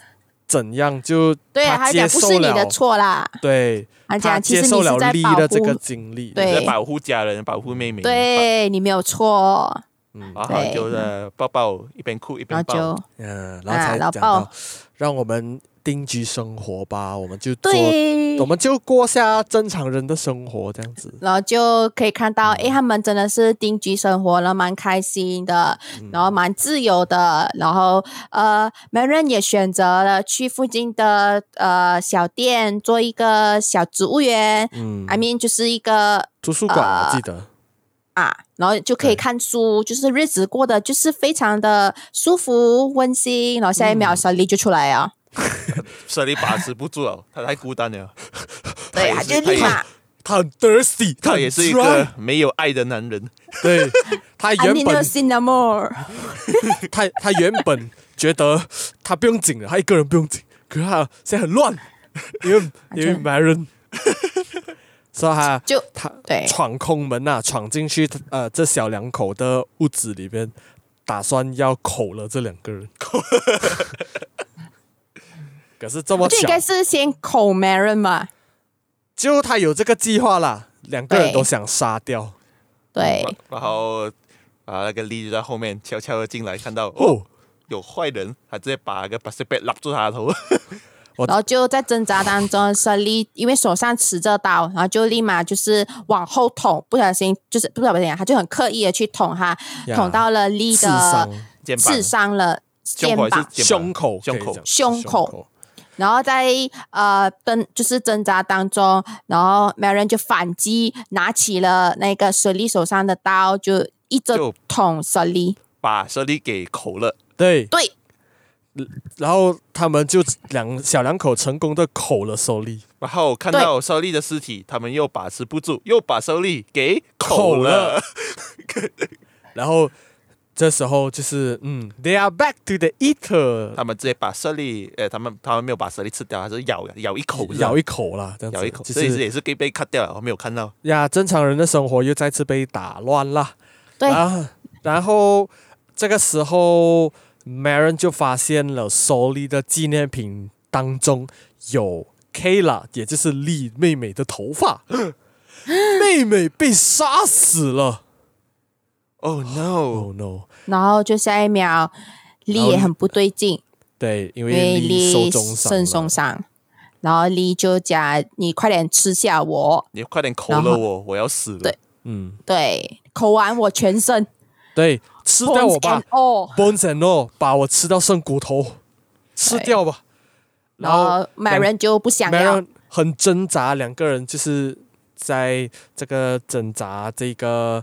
C: 怎样，就
D: 对啊，
C: 他
D: 他
C: 接
D: 讲不
C: 受
D: 是你
C: 了
D: 的错啦，
C: 对，
D: 他
C: 他
D: 讲其
C: 接
D: 实
C: 受
D: 你
C: 了
D: 是在
C: Lee
D: 保
C: 的
D: 护
C: 这个经历，
E: 在
D: 对
E: 保护家人，保护妹妹。
D: 对你没有错，
C: 嗯
E: 然后
D: 对
E: 就是抱抱，一边哭一
D: 然
E: 边
D: 后
E: 抱。
D: 就
C: 嗯，然后
D: 啊
C: 才讲
D: 老
C: 到，
D: 鲍
C: 让我们定居生活吧，我们就做，
D: 对
C: 我，们就过下正常人的生活这样子。
D: 然后就可以看到，
C: 嗯
D: 诶，他们真的是定居生活了，蛮开心的，
C: 嗯
D: 然后蛮自由的，然后呃，Marin 也选择了去附近的呃小店做一个小植物园、
C: 嗯
D: i mean 就是一个
C: 图书馆
D: 呃
C: 我记得，
D: 啊，然后就可
C: 对
D: 以看书，就是日子过得就是非常的舒服温馨，然后下一秒小丽就出来啊，
E: 舍利把持不住 了，他太孤单 了。
D: 对，
E: 她
D: 她
E: 也
D: 就是立马。
C: 他很 thirsty，他
E: 他
C: 很
E: 也是一
C: dry
E: 个没有爱的男人。
C: 对，他
D: I
C: 原
D: need
C: 本
D: no cinnamon，
C: 他他原本觉得他不用紧了，他一个人不用紧，可是他现在很
D: 啊
C: 乱，因为因为没人， 所以他
D: 就
C: 他
D: 对
C: 闯空门呐、闯进去呃这小两口的屋子里边，打算要口了这两个人。 可是这么
D: 我就应
C: 巧，
D: 该是先口 Marin 吧，
C: 就他有这个计划啦，两个人
D: 对
C: 都想杀掉
D: 对，
E: 然后啊，那个丽就在后面悄悄的进来，看到哦
C: 哦。
E: 有坏人，他直接把那个 b a s 拉住他的 头。
C: 我
D: 然后就在挣扎当中，舍利因为手上持着刀，然后就立马就是往后捅，不小心就是不小心啊，他就很刻意的去捅他，
C: 呀
D: 捅到了利
C: 刺伤
D: 的
E: 肩膀
D: 刺伤了肩
E: 胸口还
D: 膀
E: 是，
C: 胸
E: 肩膀
C: 口，
E: 胸口
C: 可以讲
D: 胸口然后在呃挣就是挣扎当中，然后 Marin 就反击，拿起了那个舍利手上的刀，就一直
E: 就
D: 捅舍利，
E: 把舍利给口了，
C: 对，
D: 对，
C: 然后他们就两小两口成功的口了手里，
E: 然后看到舍利的尸体，他们又把持不住，又把舍利给口
C: 口了
E: 了。
C: 然后这时候就是嗯，they are back to the eater，
E: 他们直接把舍利，呃，他们他们没有把舍利吃掉，还是咬咬一口是吧，
C: 咬一口啦，这样子
E: 咬一口，
C: 就
E: 这也是
C: 是
E: 也是被被 cut 掉了，我没有看到。
C: 呀，正常人的生活又再次被打乱了。
D: 对
C: 然后然后这个时候 m a r o n 就发现了 Soli 的纪念品当中有 Kayla，也就是丽妹妹的头 发，妹妹被杀死了。
E: Oh no！
C: Oh no！
D: 然后就下一秒，
C: 然
D: 力
C: 后
D: 也很不对劲，
C: 对，因
D: 因
C: 为
D: 为
C: 丽
D: 力
C: 受重伤
D: 肾受
C: 了
D: 伤，然后力就讲：“你快点吃下我，
E: 你快点口
D: 然
E: 了
D: 后
E: 我，我要死了。
D: 对
C: 嗯，
D: 对，口完我全身
C: 对，吃掉我吧
D: 哦。
C: ，bones and all，把我吃到剩骨头，吃
D: 对
C: 掉吧。”
D: 然后
C: 两
D: Maren 就不想
C: m a r o
D: 要，
C: n 很挣扎，两个人就是在这个挣扎、这个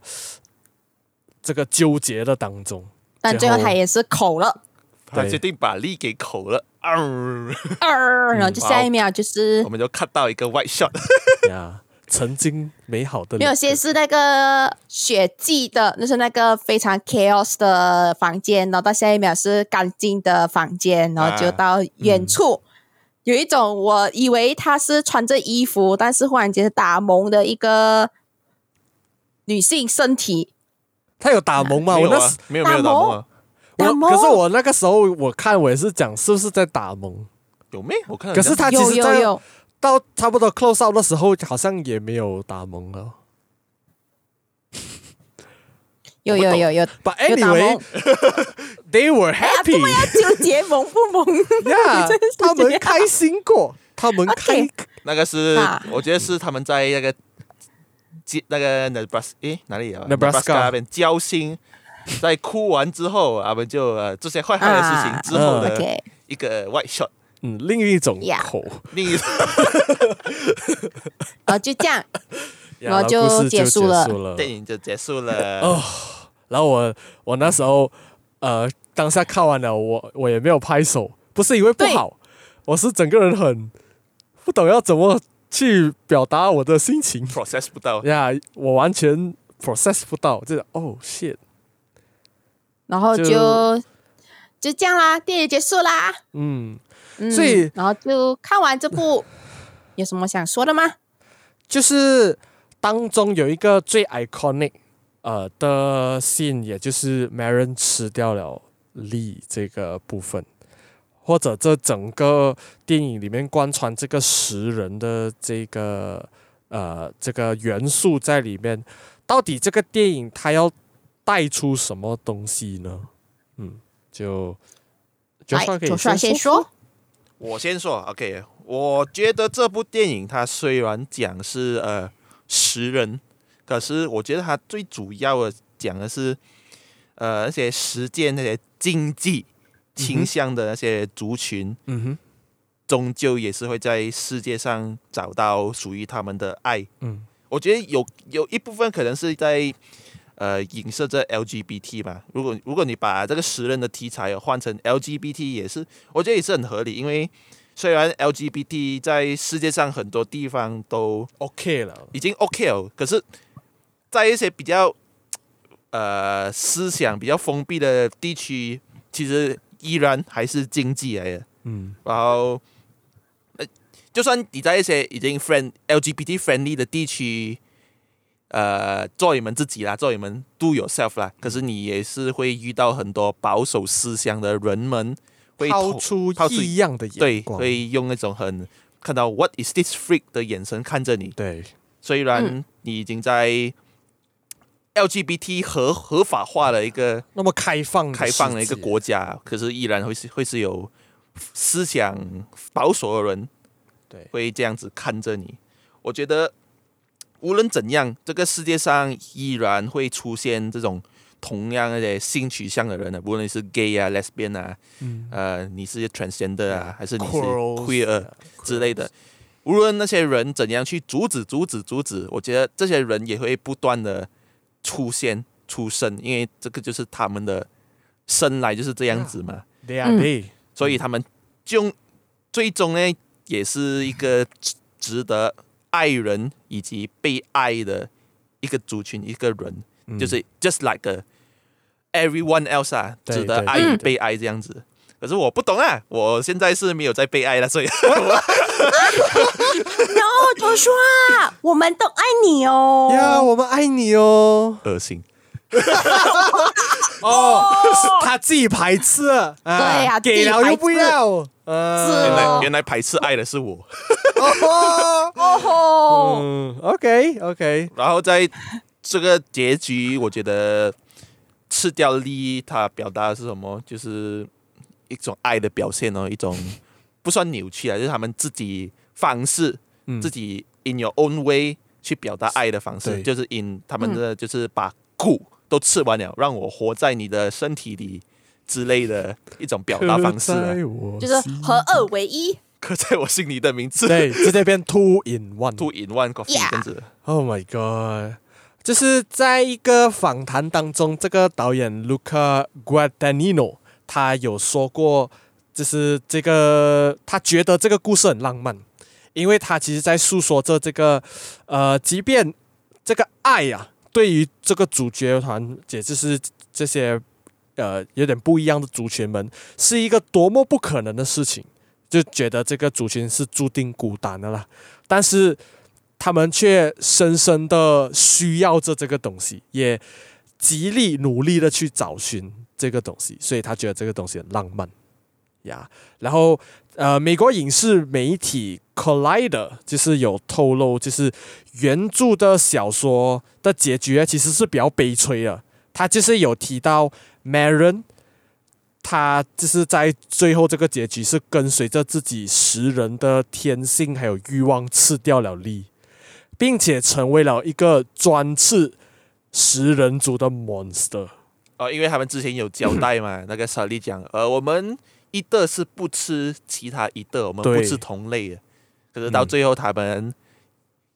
C: 这个纠结的当 中。
D: 但最后他也是口了，
E: 他
C: 对
E: 决定把力给 口了，啊、
D: 呃然后就下一秒就是
E: 我们就看到一个 white shot，
C: 呀，曾经美好的
D: 没有，
C: 两
D: 先
C: 个
D: 是那个血迹的，就是那个非常 chaos 的房间，然后到下一秒是干净的房间，然后就
E: 啊
D: 到远处。
C: 嗯
D: 有一种我以为她是穿着衣服，但是忽然间是打蒙的一个女性身体，
C: 他有打蒙吗？
E: 没
C: 我
E: 有
C: 那
E: 啊
C: 时，
E: 没有没有
D: 大
E: 打
D: 魔
E: 蒙啊，
D: 打
C: 我
D: 蒙
C: 可是我那个时候我看我也是讲是不是在打蒙，
E: 有没？我看到
C: 可是
E: 人家
C: 他其
D: 有
C: 实
D: 有
C: 在
D: 有，
C: 到差不多 close out 的时候好像也没有打蒙了。
D: 有有有有
C: But
D: 有打蒙。
C: anyway, they were
D: 哎呀，不
C: happy.
D: 要纠结蒙不 蒙
C: 呀
D: 真是，
C: 他
D: 这
C: 们
D: 样
C: 开心过，他们开
D: OK
E: 那个是
D: 啊，
E: 我觉得是他们在那个，基那个 Nebraska，诶，哪里啊
C: Nebraska
E: 那边 交心，在哭完之后，他们就呃这些坏坏的事
D: 啊
E: 情之后
C: 嗯
E: 的
D: ？OK，
E: 一个 white shot，
C: 嗯，另一种
D: Yeah
C: 口。
E: 另 一
D: 然后就这样，
C: 呀
D: 然后就
C: 故事
D: 结
C: 结
D: 束了
E: 电影就结束
C: 哦
E: 了。
C: 然后我我那时候呃当下看完了，我我也没有拍手，不是因为不
D: 对
C: 好，我是整个人很不懂要怎么去表达我的心情
E: process 不到，
C: 呀我完全 process 不到，就是哦 shit，
D: 然后
C: 就
D: 就就这样啦，电影结束啦。
C: 嗯，
D: 嗯
C: 所以
D: 然后就看完这 部，有什么想说的吗？
C: 就是当中有一个最 iconic 呃的 scene，也就是 Maron 吃掉了力这个部分，或者这整个电影里面贯穿这个食人的这个呃这个元素在里面，到底这个电影它要带出什么东西呢？嗯，就就
D: 来
C: 算可以
D: 左帅哎先说。
E: 我先说，OK，我觉得这部电影它虽然讲是呃食人，可是我觉得它最主要的讲的是呃那些实践那些经济倾向的那些族群，
C: 嗯哼，
E: 终究也是会在世界上找到属于他们的爱。
C: 嗯，
E: 我觉得有有一部分可能是在呃影射着 LGBT 吧。如果如果你把这个食人的题材换成 LGBT，也是我觉得也是很合理，因为虽然 LGBT 在世界上很多地方都
C: OK 了，
E: 已经 OK 了，可是，在一些比较呃思想比较封闭的地区，其实依然还是经济来的。
C: 嗯
E: 然后，呃，就算你在一些已经 friend LGBT friendly 的地区，呃，做你们自己啦，做你们 do yourself
C: 嗯
E: 啦，可是你也是会遇到很多保守思想的人们，会
C: 抛
E: 投
C: 出
E: 抛出
C: 异样的眼
E: 对，
C: 光，
E: 会用那种很看到 what is this freak 的眼神看着你。
C: 对，
E: 虽
C: 嗯
E: 然你已经在 LGBT 合合法化的一个
C: 那么开放
E: 开放的一个
C: 世界
E: 国家，可是依然会是会是有思想保守的人
C: 对
E: 会这样子看着你。我觉得无论怎样，这个世界上依然会出现这种同样的性取向的人的，无论你是 gay 啊、lesbian 啊，呃，你是 transgender 啊，还是你是
C: 嗯 Quarrels 呃
E: queer 啊之类的。无论那些人怎样去阻止、阻止、阻止，我觉得这些人也会不断的出现、出生，因为这个就是他们的生来就是这样子嘛。
C: They are
D: 嗯
C: they，、
E: 所以他们就最终呢，也是一个值值得爱人以
C: 嗯
E: 及被爱的一个族群一个人，就是 just like a everyone else 啊，
C: 对
E: 指的
C: 对
E: 爱与
D: 嗯
E: 被爱这样子。可是我不懂啊，我现在是没有在被爱了，所以
D: No，周叔 啊，我们都爱你哦。
C: 呀，我们爱你哦。
E: 恶心。
C: 哦，他自己排斥，啊
D: 对呀
C: 给了又不要，
D: 是
E: 原
C: 嗯，
E: 来
D: 哦
E: 原来排斥爱的是我。
D: 哦吼，
C: 嗯，OK OK，
E: 然后在这个结局，我觉得吃掉力，它表达的是什么？就是一种爱的表现哦，一种不算扭曲啊，就是他们自己方式，
C: 嗯
E: 自己 in your own way 去表达爱的方式，
C: 对
E: 就是 in 他们的就是把苦都吃完了，让我活在你的身体里之类的一种表达方 式、啊，
D: 就是合二为一。
E: 刻在我心里的名字。
C: 对，直接变 two in one。
E: Two in one coffee
D: Yeah
E: 这样子，
C: Oh my god！就是在一个访谈当中，这个导演 Luca Guadagnino 他有说过，就是这个他觉得这个故事很浪漫，因为他其实在诉说着这个，呃，即便这个爱啊，对于这个主角团，也就是这些呃有点不一样的族群们，是一个多么不可能的事情，就觉得这个族群是注定孤单的啦。但是他们却深深的需要着这个东西，也极力努力的去找寻这个东西，所以他觉得这个东西很浪漫呀。然后，呃，美国影视媒体 Collider 就是有透露，就是原著的小说的结局啊呢其实是比较悲催的。他就是有提到 Maron，他就是在最后这个结局是跟随着自己食人的天性还有欲望吃掉了力，并且成为了一个专吃食人族的 monster。
E: 哦，因为他们之前有交代嘛，那个莎莉讲，呃，我们一的是不吃其他一的，我们不
C: 对
E: 吃同类的。可是到
C: 嗯
E: 最后，他们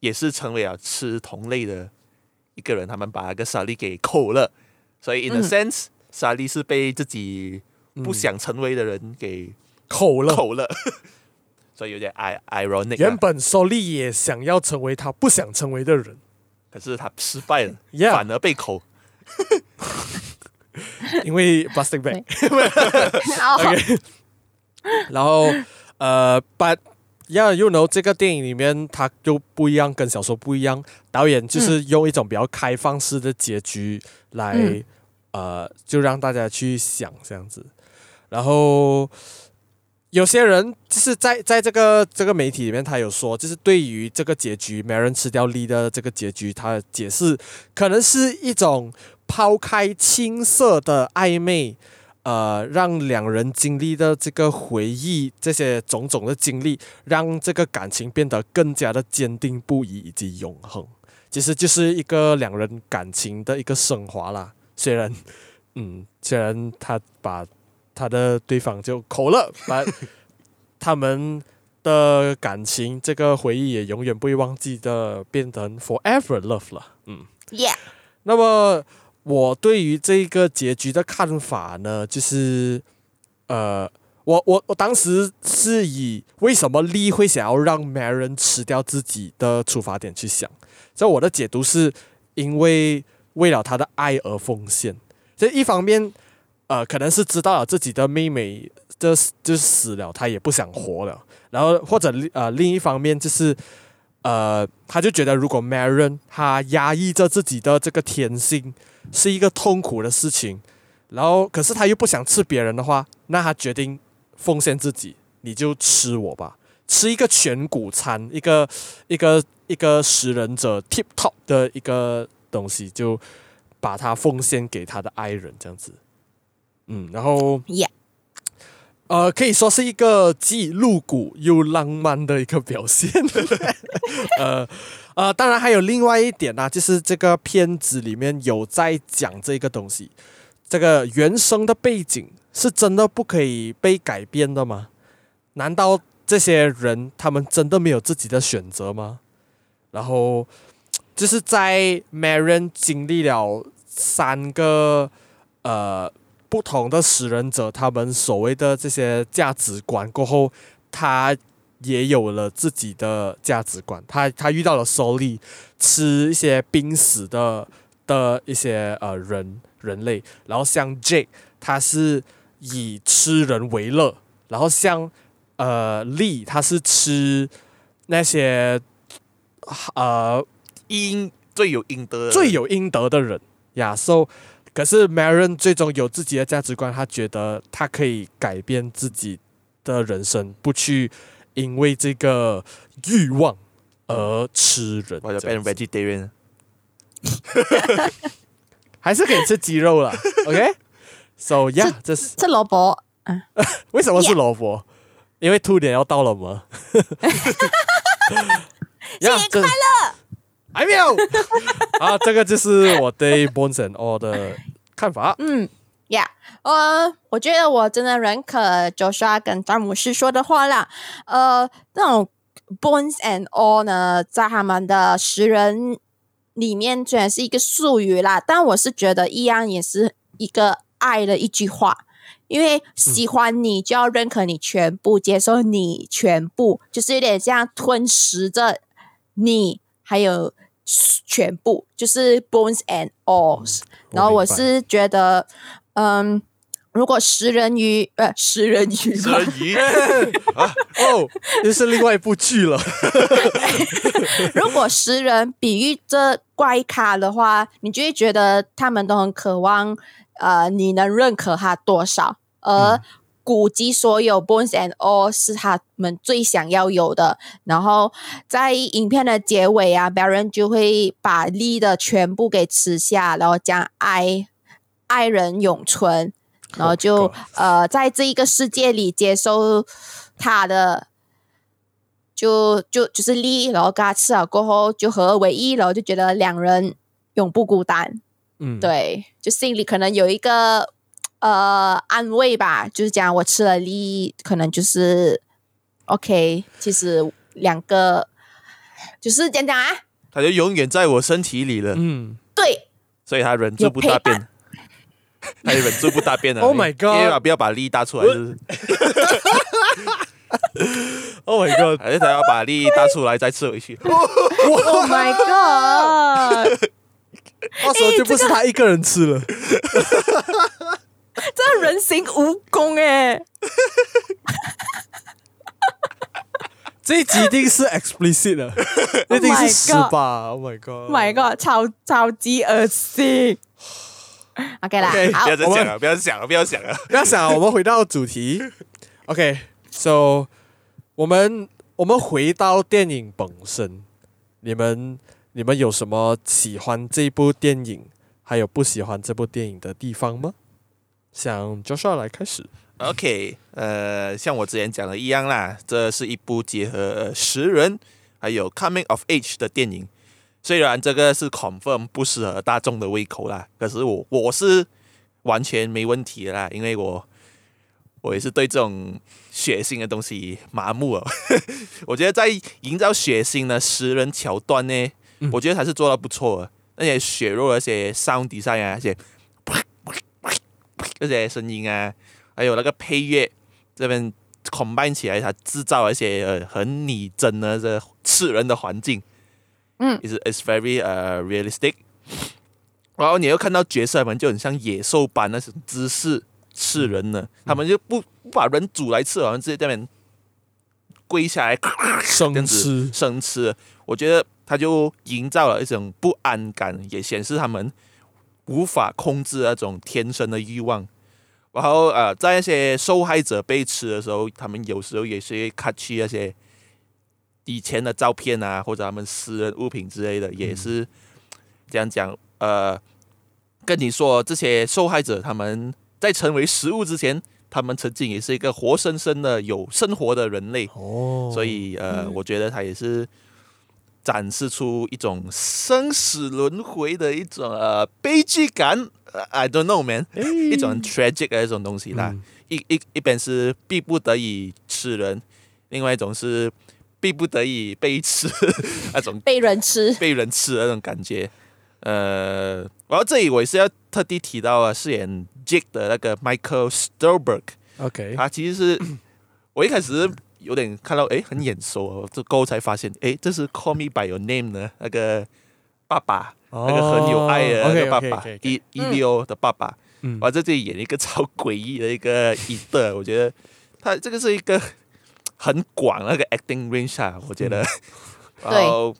E: 也是成为了吃同类的一个人，他们把那个莎莉给扣了。所以，in a
D: 嗯
E: sense，、莎莉是被自己不
C: 嗯
E: 想成为的人给
C: 口了，
E: 扣了， 所以有点 i ironic 啊、
C: 原本 s o 也想要成为他不想成为的人。
E: 可是他失败了
C: Yeah
E: 反而被扣。
C: 因为 plastic bag
D: 对。
C: 嗯
D: 好，
C: 然后呃，but yeah, you know，这个电影里面它就不一样，跟小说不一样。导演就是用一种比较开放式的结局来，
D: 嗯
C: 呃，就让大家去想这样子。然后有些人就是在在这个这个媒体里面，他有说，就是对于这个结局，没人吃掉 Lee 的这个结局，他的解释可能是一种抛开青涩的暧昧，呃，让两人经历的这个回忆，这些种种的经历，让这个感情变得更加的坚定不移以及永恒。其实就是一个两人感情的一个升华啦。虽然，嗯，虽然他把他的对方就口了，把他们的感情这个回忆也永远不会忘记的，变成 forever love 了。
D: 耶，
C: 那么我对于这个结局的看法呢，就是呃，我我我当时是以为什么利会想要让 Marin 吃掉自己的出发点去想，在我的解读是因为为了他的爱而奉献，这一方面。呃，可能是知道了自己的妹妹这就死了，他也不想活了。然后或者呃，另一方面就是呃，他就觉得如果 Marin 他压抑着自己的这个天性是一个痛苦的事情，然后可是他又不想吃别人的话，那他决定奉献自己，你就吃我吧，吃一个全谷餐，一个一个一个食人者 tip top 的一个东西，就把它奉献给他的爱人这样子。嗯，然后
D: Yeah
C: 呃，可以说是一个既露骨又浪漫的一个表现。 呃呃，当然还有另外一点呢、就是这个片子里面有在讲这个东西，这个原生的背景是真的不可以被改变的吗？难道这些人他们真的没有自己的选择吗？然后就是在 Marion 经历了三个呃不同的食人者他们所谓的这些价值观过后，他也有了自己的价值观。他他遇到了 Soli，吃一些濒死的的一些呃人，人类，然后像 Jake 他是以吃人为乐，然后像呃 Lee 他是吃那些呃
E: 应罪有应得，
C: 罪有应得的人呀。so 可是 Maron 最终有自己的价值观，他觉得他可以改变自己的人生，不去因为这个欲望而吃人。
E: 我就
C: 这样
E: 变
C: 子
E: vegetarian。
C: 还是可以吃鸡肉了。OK，so、yeah，这是
D: 吃萝卜，
C: 为什么是萝卜因为兔年要到了 嘛。新
D: 新年快
C: 乐！还没有啊，这个就是我对 Bones and All 的看法。
D: 嗯呀，呃，我觉得我真的认可 Joshua 跟詹姆士说的话啦，呃，那种 Bones and All 呢，在他们的十人里面虽然是一个术语啦，但我是觉得一样也是一个爱的一句话。因为喜欢你就要认可你全部，接受你全部，就是有点像吞食着你，还有全部，就是 bones and all、然后我是觉得，嗯，如果食人鱼，呃，食人鱼
E: 所
D: 吧，
E: 以
C: 哦，这是另外一部剧了。
D: 如果食人比喻这怪咖的话，你就会觉得他们都很渴望，呃，你能认可他多少，
C: 嗯
D: 而古籍所有 bones and all 是他们最想要有的。然后在影片的结尾啊，Baron 就会把 Lee 的全部给吃下，然后将爱爱人永存，然后就、
C: Oh my
D: 呃，在这一个世界里接收他的，就就就是 Lee，然后跟他吃了过后就合二为一，然后就觉得两人永不孤单。
C: 嗯，
D: 对，就心里可能有一个呃安慰吧，就是讲我吃了力，可能就是 OK。其实两个就是讲讲啊，
E: 他就永远在我身体里了，
C: 嗯，
D: 对，
E: 所以他忍住不大便， 他也忍住不大便了。
C: Oh my god 呃
E: 因为不要把力搭出来，就是
C: ，Oh my God，
E: 还是他要把力搭出来再吃回去。
D: Oh my god！
C: 到时候就不是他一个人吃了。
D: 这人形蜈蚣哎、
C: 这一集一定是 explicit 的，一定
D: my
C: 是
D: god
C: 十八。Oh my
D: o h my
C: God，My
D: god，超超级恶心。OK 啦
C: OK，
D: 好
E: 不要再
C: 我们
E: 想了，不要想了，不要想了。
C: 不要想，我们回到主题。OK，so、我们我们回到电影本身，你们你们有什么喜欢这部电影，还有不喜欢这部电影的地方吗？想 Joshua 来开始。
E: OK，呃，像我之前讲的一样啦，这是一部结合呃十人还有 Coming of Age 的电影。虽然这个是 confirm 不适合大众的胃口啦，可是我我是完全没问题的啦，因为我我也是对这种血腥的东西麻木了。 我觉得在营造血腥的十人桥段呢，我觉得还是做到不错的。那些血肉的那些 sound design 啊，那些 那些声音啊，还有那个配乐这边 combine 起来，它制造了一些呃很拟真的这刺人的环境，
D: 嗯
E: ，is is very 呃、realistic。然后你又看到角色们就很像野兽般那种姿势刺人呢，他们就不不把人煮来吃，好像直接在那边跪下来这
C: 生
E: 样子
C: 吃，
E: 生吃，我觉得他就营造了一种不安感，也显示他们无法控制那种天生的欲望。然后呃，在那些受害者被吃的时候，他们有时候也是会看去那啊些以前的照片啊，或者他们私人物品之类的，也是这样讲。呃，跟你说，这些受害者他们在成为食物之前，他们曾经也是一个活生生的有生活的人类。
C: 哦
E: 所以呃，我觉得他也是展示出一种生死轮回的一种呃悲剧感。呃 I don't know man，一种 tragic 的一种东西啦。
C: 嗯
E: 一一一边是逼不得已吃人，另外一种是逼不得已被吃 那种
D: 被人吃，
E: 被人吃的那种感觉。呃，然后这里我也是要特地提到啊，饰演 Jake 的那个 Michael Stolberg，
C: OK，
E: 他其实是我一开始有点看到，诶，很眼熟哦，这过后才发现，诶，这是《Call Me by Your Name》呢，那个爸爸，
C: 哦
E: 那个很有爱的那个爸爸
C: OK，OK，OK，OK，
E: 一一六的爸爸，
C: 嗯
E: 我在这里演一个 超诡异的一个伊的，我觉得他这个是一个很广那个 acting range 啊，我觉得，
D: 对
E: 然后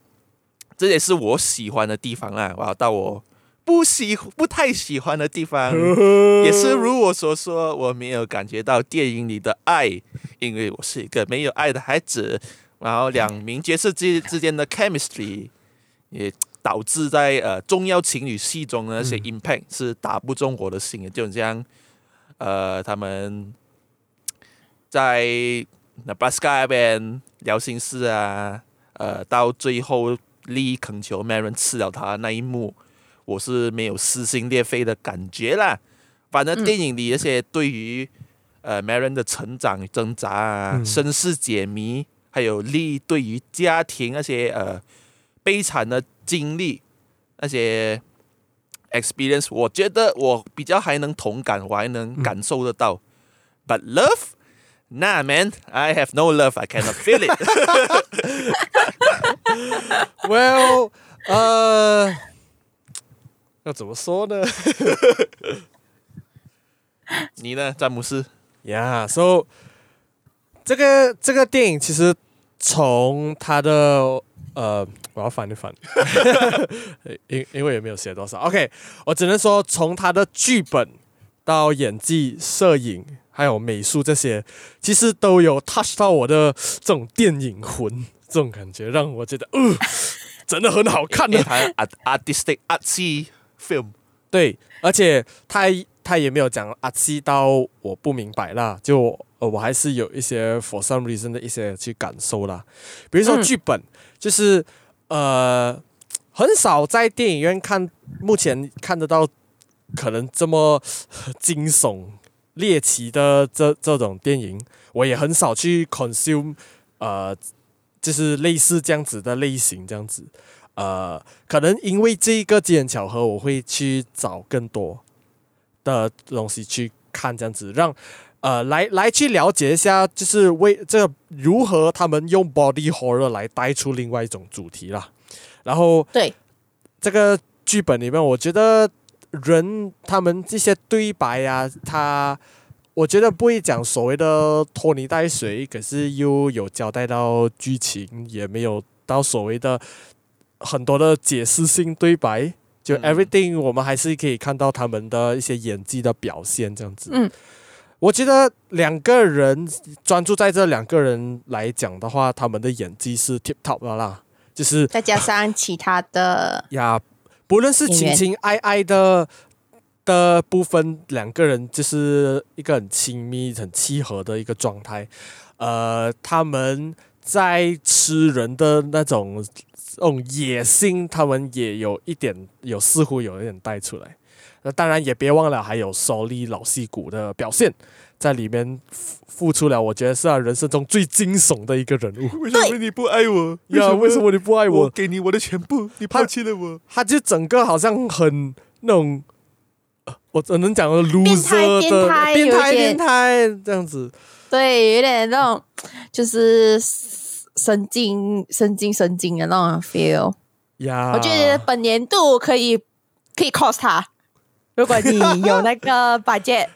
E: 这也是我喜欢的地方啦，然后到我不喜不太喜欢的地方。也是如我所说，我没有感觉到电影里的爱，因为我是一个没有爱的孩子。然后两名角色之之间的 chemistry 也导致在呃重要情侣戏中呢，那些 impact 是打不中我的心的，就很像呃他们在 Nebraska 那边聊心事啊，呃到最后利恳求 Maron 吃了他的那一幕，我是没有撕心裂肺的感觉啦。反正电影里那些对于、呃 Maron 的成长与挣扎啊、身世解谜，还有利对于家庭那些呃悲惨的经历，那些 experience，我觉得我比较还能同感，我还能感受得到。But love。Nah, man, I have no love. I cannot feel it.
C: Well，呃，要怎么说呢？
E: 你呢，詹姆斯？
C: Yeah，so 这个这个电影其实从它的呃，我要翻一翻， 因因为也没有写多少。OK，我只能说从它的剧本到演技、摄影还有美术这些，其实都有 touch 到我的这种电影魂，这种感觉让我觉得，嗯、真的很好看啊
E: 因
C: 的
E: 为。他 art artistic artsy film，
C: 对，而且他他也没有讲啊，气到我不明白啦，就呃我还是有一些 for some reason 的一些去感受啦，比如说
D: 嗯
C: 剧本，就是呃很少在电影院看，目前看得到可能这么呃惊悚猎奇的这这种电影，我也很少去 consume 呃就是类似这样子的类型这样子。呃，可能因为这一个机缘巧合，我会去找更多的东西去看，这样子让呃来来去了解一下，就是为这个如何他们用 body horror 来带出另外一种主题啦。然后
D: 对，
C: 这个剧本里面，我觉得人他们这些对白呀、他我觉得不会讲所谓的拖泥带水，可是又有交代到剧情，也没有到所谓的很多的解释性对白。就
E: 嗯
C: everything，我们还是可以看到他们的一些演技的表现，这样子。
D: 嗯，
C: 我觉得两个人专注在这两个人来讲的话，他们的演技是 tip top 的啦，就是
D: 再加上其他的，
C: 呀，不论是情情爱爱的的部分，两个人就是一个很亲密、很契合的一个状态。呃，他们在吃人的那种这种野性，他们也有一点，有似乎有一点带出来。那当然也别忘了，还有 Solly 老戏骨的表现在里面付付出了，我觉得是他人生中最惊悚的一个人物。
E: 为什么你不爱我？
C: 呀，为什么你不爱我？
E: 给你我的全部，你
C: 抛
E: 弃了我？
C: 他就整个好像很那种，呃我只能讲 loser 的
D: 变态变态有
C: 变
D: 点
C: 态这样子。
D: 对，有点那种就是神经、神经、神经的那种 feel。
C: 呀，
D: 我觉得本年度可以可以 cos 他，如果你有 那个 budget，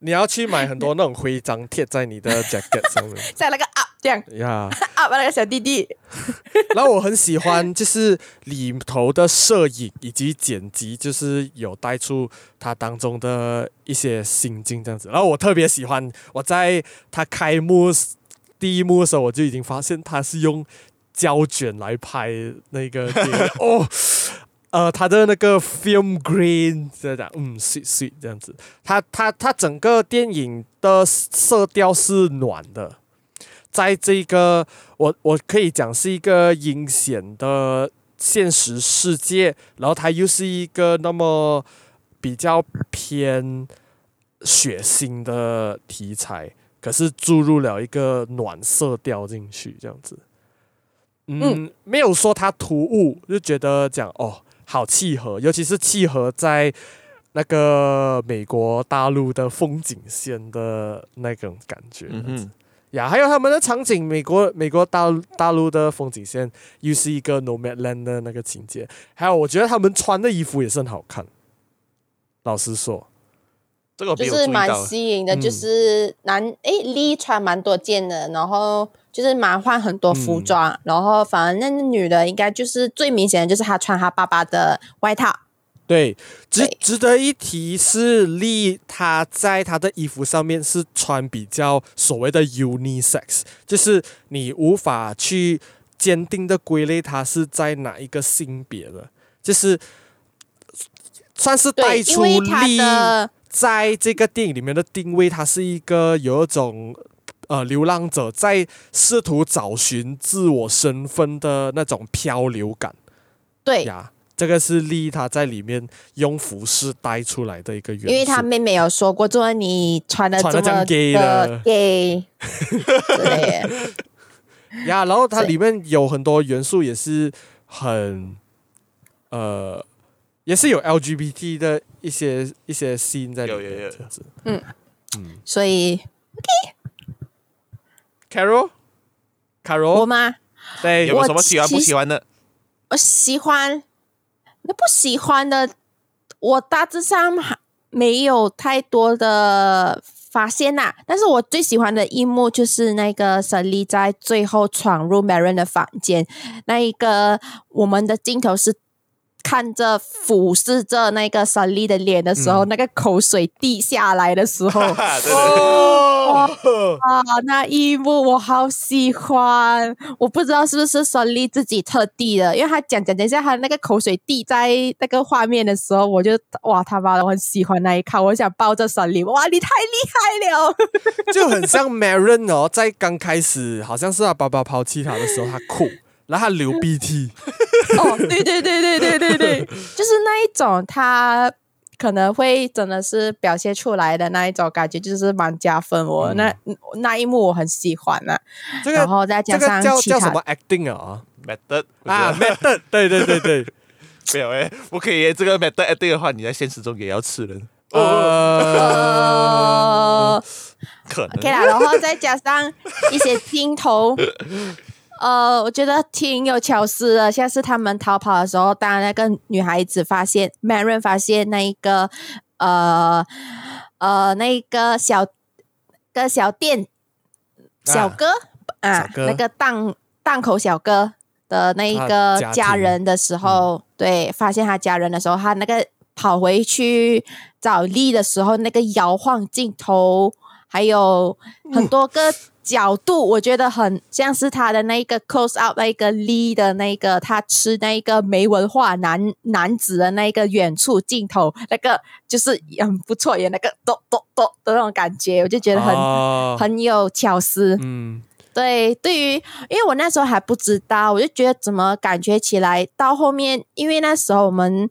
C: 你要去买很多那种徽章贴在你的 jacket 上面。
D: 在那个 up 这样
C: 呀，
D: up 那个小弟弟，
C: 然后我很喜欢就是里头的摄影以及剪辑，就是有带出它当中的一些心境这样子。然后我特别喜欢，我在它开幕第一幕的时候，我就已经发现它是用胶卷来拍那个电影哦。呃，它的那个 film green 这样，嗯，sweet sweet 这样子，它它它整个电影的色调是暖的，在这个我我可以讲是一个阴险的现实世界，然后它又是一个那么比较偏血腥的题材，可是注入了一个暖色调进去，这样子。嗯，没有说它突兀，就觉得讲哦，好契合，尤其是契合在那个美国大陆的风景线的那种感觉。
E: 嗯哼，
C: 呀，还有他们的场景，美国美国大陆大陆的风景线又是一个 Nomadland 的那个情节，还有我觉得他们穿的衣服也是很好看。老实说，
E: 这个我没
D: 就
E: 有
D: 是
E: 注意
D: 蛮
E: 到。
D: 吸引
C: 嗯
D: 的，就是男诶，Lee 穿蛮多件的，然后就是蛮换很多服装，
C: 嗯
D: 然后反正那女的应该就是最明显的就是她穿她爸爸的外套，
C: 对，值
D: 对
C: 值得一提是丽，她在她的衣服上面是穿比较所谓的 unisex，就是你无法去坚定的归类它是在哪一个性别的，就是算是带
D: 对，因
C: 出
D: 为她
C: 丽
D: 的
C: 在这个电影里面的定位，它是一个有一种呃流浪者在试图找寻自我身份的那种漂流感
D: 对，
C: 呀。这个是丽她在里面用服饰带出来的一个元素，
D: 因为她妹妹有说过，就是你穿的这
C: 穿
D: 么
C: 得这样
D: 的
C: gay 的
D: gay 之 类的，
C: 呀，然后它
D: 对
C: 里面有很多元素也是很呃，也是有 LGBT 的一些一些 scene 在里
E: 有
C: 面，
E: 有有
C: 这样子。
D: 所以
C: Carol，Carol，
D: 我
C: 哦
D: 吗？
C: 对
E: 有没有什么喜欢不喜欢的？
D: 我呃喜欢，那不喜欢的，我大致上还没有太多的发现呐、但是我最喜欢的一幕就是那个神力在最后闯入 Marin 的房间，那一个我们的镜头是。看着俯视着那个神力的脸的时候，那个口水滴下来的时候，啊，
E: 啊，对对对，
D: 那一幕我好喜欢。我不知道是不是神力自己特地的，因为他讲讲讲一下他那个口水滴在那个画面的时候，我就哇他妈的我很喜欢那一刻，我想抱着神力，哇你太厉害了，
C: 就很像 Marin 哦，在刚开始好像是他爸爸抛弃他的时候，他 哭，然后他流鼻涕，
D: 哦，对对对对对对对，就是那一种他可能会真的是表现出来的那一种感觉，就是蛮加分我。那那一幕我很喜欢啊，
C: 这
D: 然
C: 个
D: 后再
C: 这
D: 加
C: 个
D: 上
C: 叫
D: 其
C: 叫
D: 他
C: 什么 acting 啊
E: method
C: 啊啊
E: 啊，
C: method，对对对 对，
E: 没有哎，不可以，这个 method acting 的话，你在现实中也要吃人，
C: 呃
D: 哦呃，
E: 可
D: OK
C: 嗯
E: 能
D: 啦，然后再加上一些镜 头，呃，我觉得挺有巧思的。下次他们逃跑的时候，当那个女孩子发现 Marin 发现那一个呃呃那一个小个小店小哥啊
C: 啊小哥
D: 那个档档口小哥的那一
C: 他
D: 个
C: 家
D: 家
C: 庭
D: 人的时
C: 嗯
D: 候，对，发现他家人的时候，他那个跑回去找丽的时候，那个摇晃镜头，还有很多个角度，我觉得很像是他的那一个 close up 那一个 Lee 的那一个他吃那一个没文化男男子的那一个远处镜头，那个就是很不错，有那个咚咚咚的那种感觉，我就觉得很、
C: 哦
D: 很有巧思。
C: 嗯
D: 对，对于因为我那时候还不知道，我就觉得怎么感觉起来到后面，因为那时候我们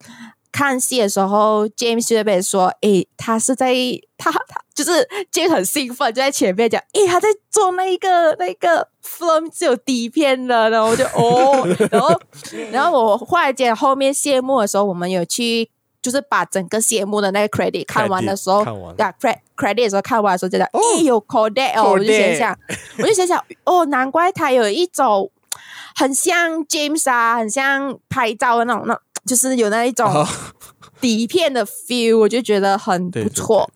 D: 看戏的时候，James 就被说，诶，他是在 他他就是 James 很兴奋，就在前面讲，诶，他在做那一个那一个 film 只有底片了，然后 我就哦，然后然后我忽然间后面谢幕的时候，我们有去。就是把整个谢幕的那个 credit 看完的时候，
C: 看完哦
D: 啊 credit credit 的时候看完的时候就讲，诶，有 credit 哦，我就想
C: credit
D: 想，我就想想，哦，难怪他有一种很像 James 啊，很像拍照的那种，那就是有那一种
C: 哦
D: 底片的 feel，我就觉得很
C: 对
D: 不错。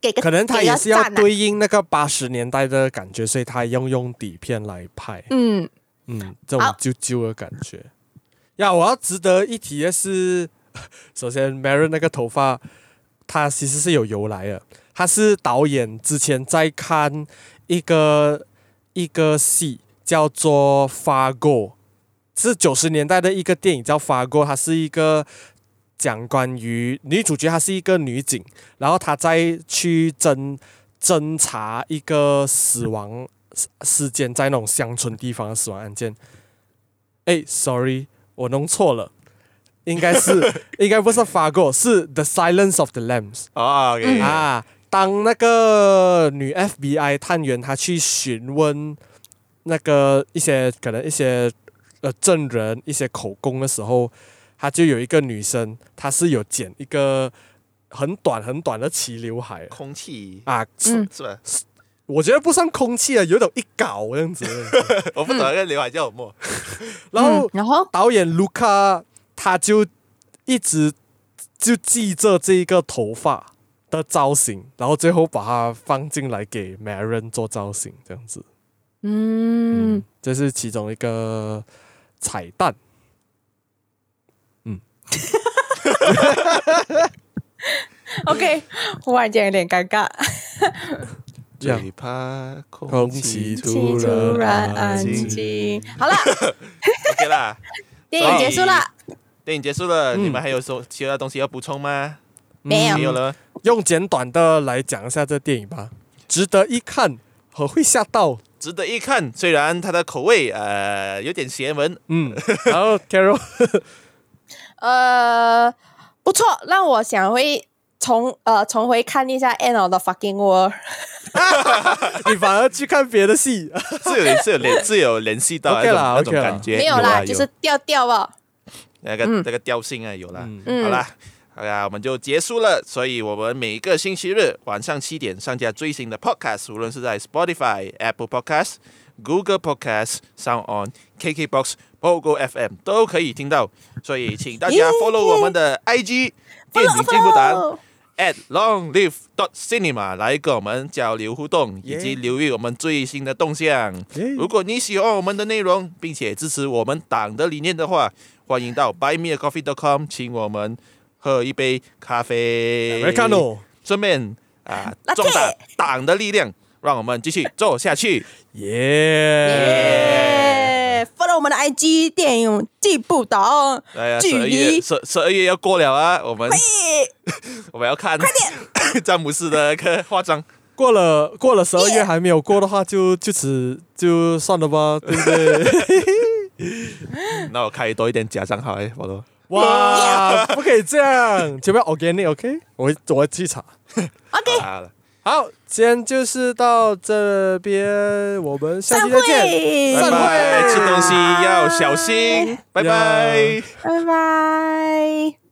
D: 给个
C: 可能他
D: 给个
C: 也是要
D: 赞啊
C: 对应那个八十年代的感觉，所以他用用底片来拍，
D: 嗯，
C: 嗯，这种
D: 好
C: 啾啾的感觉。呀，我要值得一提的是， 首先 Marin 那个头发，它其实是有由来的。他是导演之前在看一个一个戏叫做《Fargo》，是九十年代的一个电影叫《Fargo》，它是一个讲关于女主角，她是一个女警，然后她在去侦侦查一个死亡事事件，在那种乡村地方的死亡案件。哎，sorry，我弄错了，应该是 应该不是《Fargo》，是《The Silence of the Lambs》。
E: 啊，OK，
C: 啊，当那个女 FBI 探员她去询问那个一些可能一些呃证人一些口供的时候，她就有一个女生，她是有剪一个很短很短的齐刘海
E: 空气
C: 啊，
D: 嗯
E: 是吧？
C: 我觉得不算空气啊，有种一搞这样子。
E: 我不懂那个刘海叫什么，
C: 然后
F: 嗯然后
C: 导演卢卡他就一直就记着这一个头发的造型，然后最后把它放进来给 Maron 做造型，这样子。
F: 嗯，
C: 这是其中一个彩蛋。
D: OK，忽然间有点尴尬。
C: 这样
E: 最怕空
C: 空气
E: 气中
C: 突
D: 突然
C: 然
D: 安
C: 安
E: 静
C: 静。
D: 静。 好了，
E: OK 啦，
F: 电影结束
C: 哎
F: 了，
E: 电影结束了，
C: 嗯
E: 你们还有什么其他东西要补充吗？
F: 没有
E: 没有了，
C: 用简短的来讲一下这电影吧，值得一看和会吓到。
E: 值得一看。虽然它的口味呃有点邪门，
C: 嗯，然后 Carol
F: 呃，不错，让我想回重呃重回看一下《End of the Fucking World》。
C: 你反而去看别的戏，
E: 是有是有联是有联系到那
C: OK
E: 种
C: 啦
E: 那种
C: OK 啦
E: 感觉，
F: 没有
E: 有
F: 啦，
E: 啊
F: 就是调调
D: 哦
F: 吧。
E: 那个
F: 嗯
E: 那个调性啊，有啦。
F: 嗯，
E: 好啦，好啦，我们就结束了。所以我们每一个星期日晚上七点上架最新的 Podcast，无论是在 Spotify、Apple Podcast、Google Podcast、Sound On、KKBox、Pogo FM 都可以听到。所以请大家 follow 我们的 IG 电影进步党 at long live dot cinema 来跟我们交流互动，以及
C: Yeah
E: 留意我们最新的动向。
C: Yeah
E: 如果你喜欢我们的内容，并且支持我们党的理念的话，欢迎到 buymeacoffee.com 请我们喝一杯咖啡。
C: Americano，
E: 顺便啊，重打党的力量，让我们继续做下 去。
C: 耶，
D: 耶，follow 我们的 IG 电影进步岛，
E: 哎呀，十
D: 距
E: 二
D: 离
E: 月十十二月要过了啊，我们我们要看 詹姆斯的那个化妆。
C: 过了过了十二月还没有过的话，就就此就算了吧，对不对？
E: 那我开多一点假账号哎，我都
C: 哇，不可以这样，就不要 organic，OK？我会我会去查。
E: 好了，
C: 好，今天就是到这边，我们下
D: 散
C: 期再见。
E: 拜哎
D: 会，
C: 散会
E: 拜，吃东西要小心，拜拜。
C: 呀
D: 拜拜。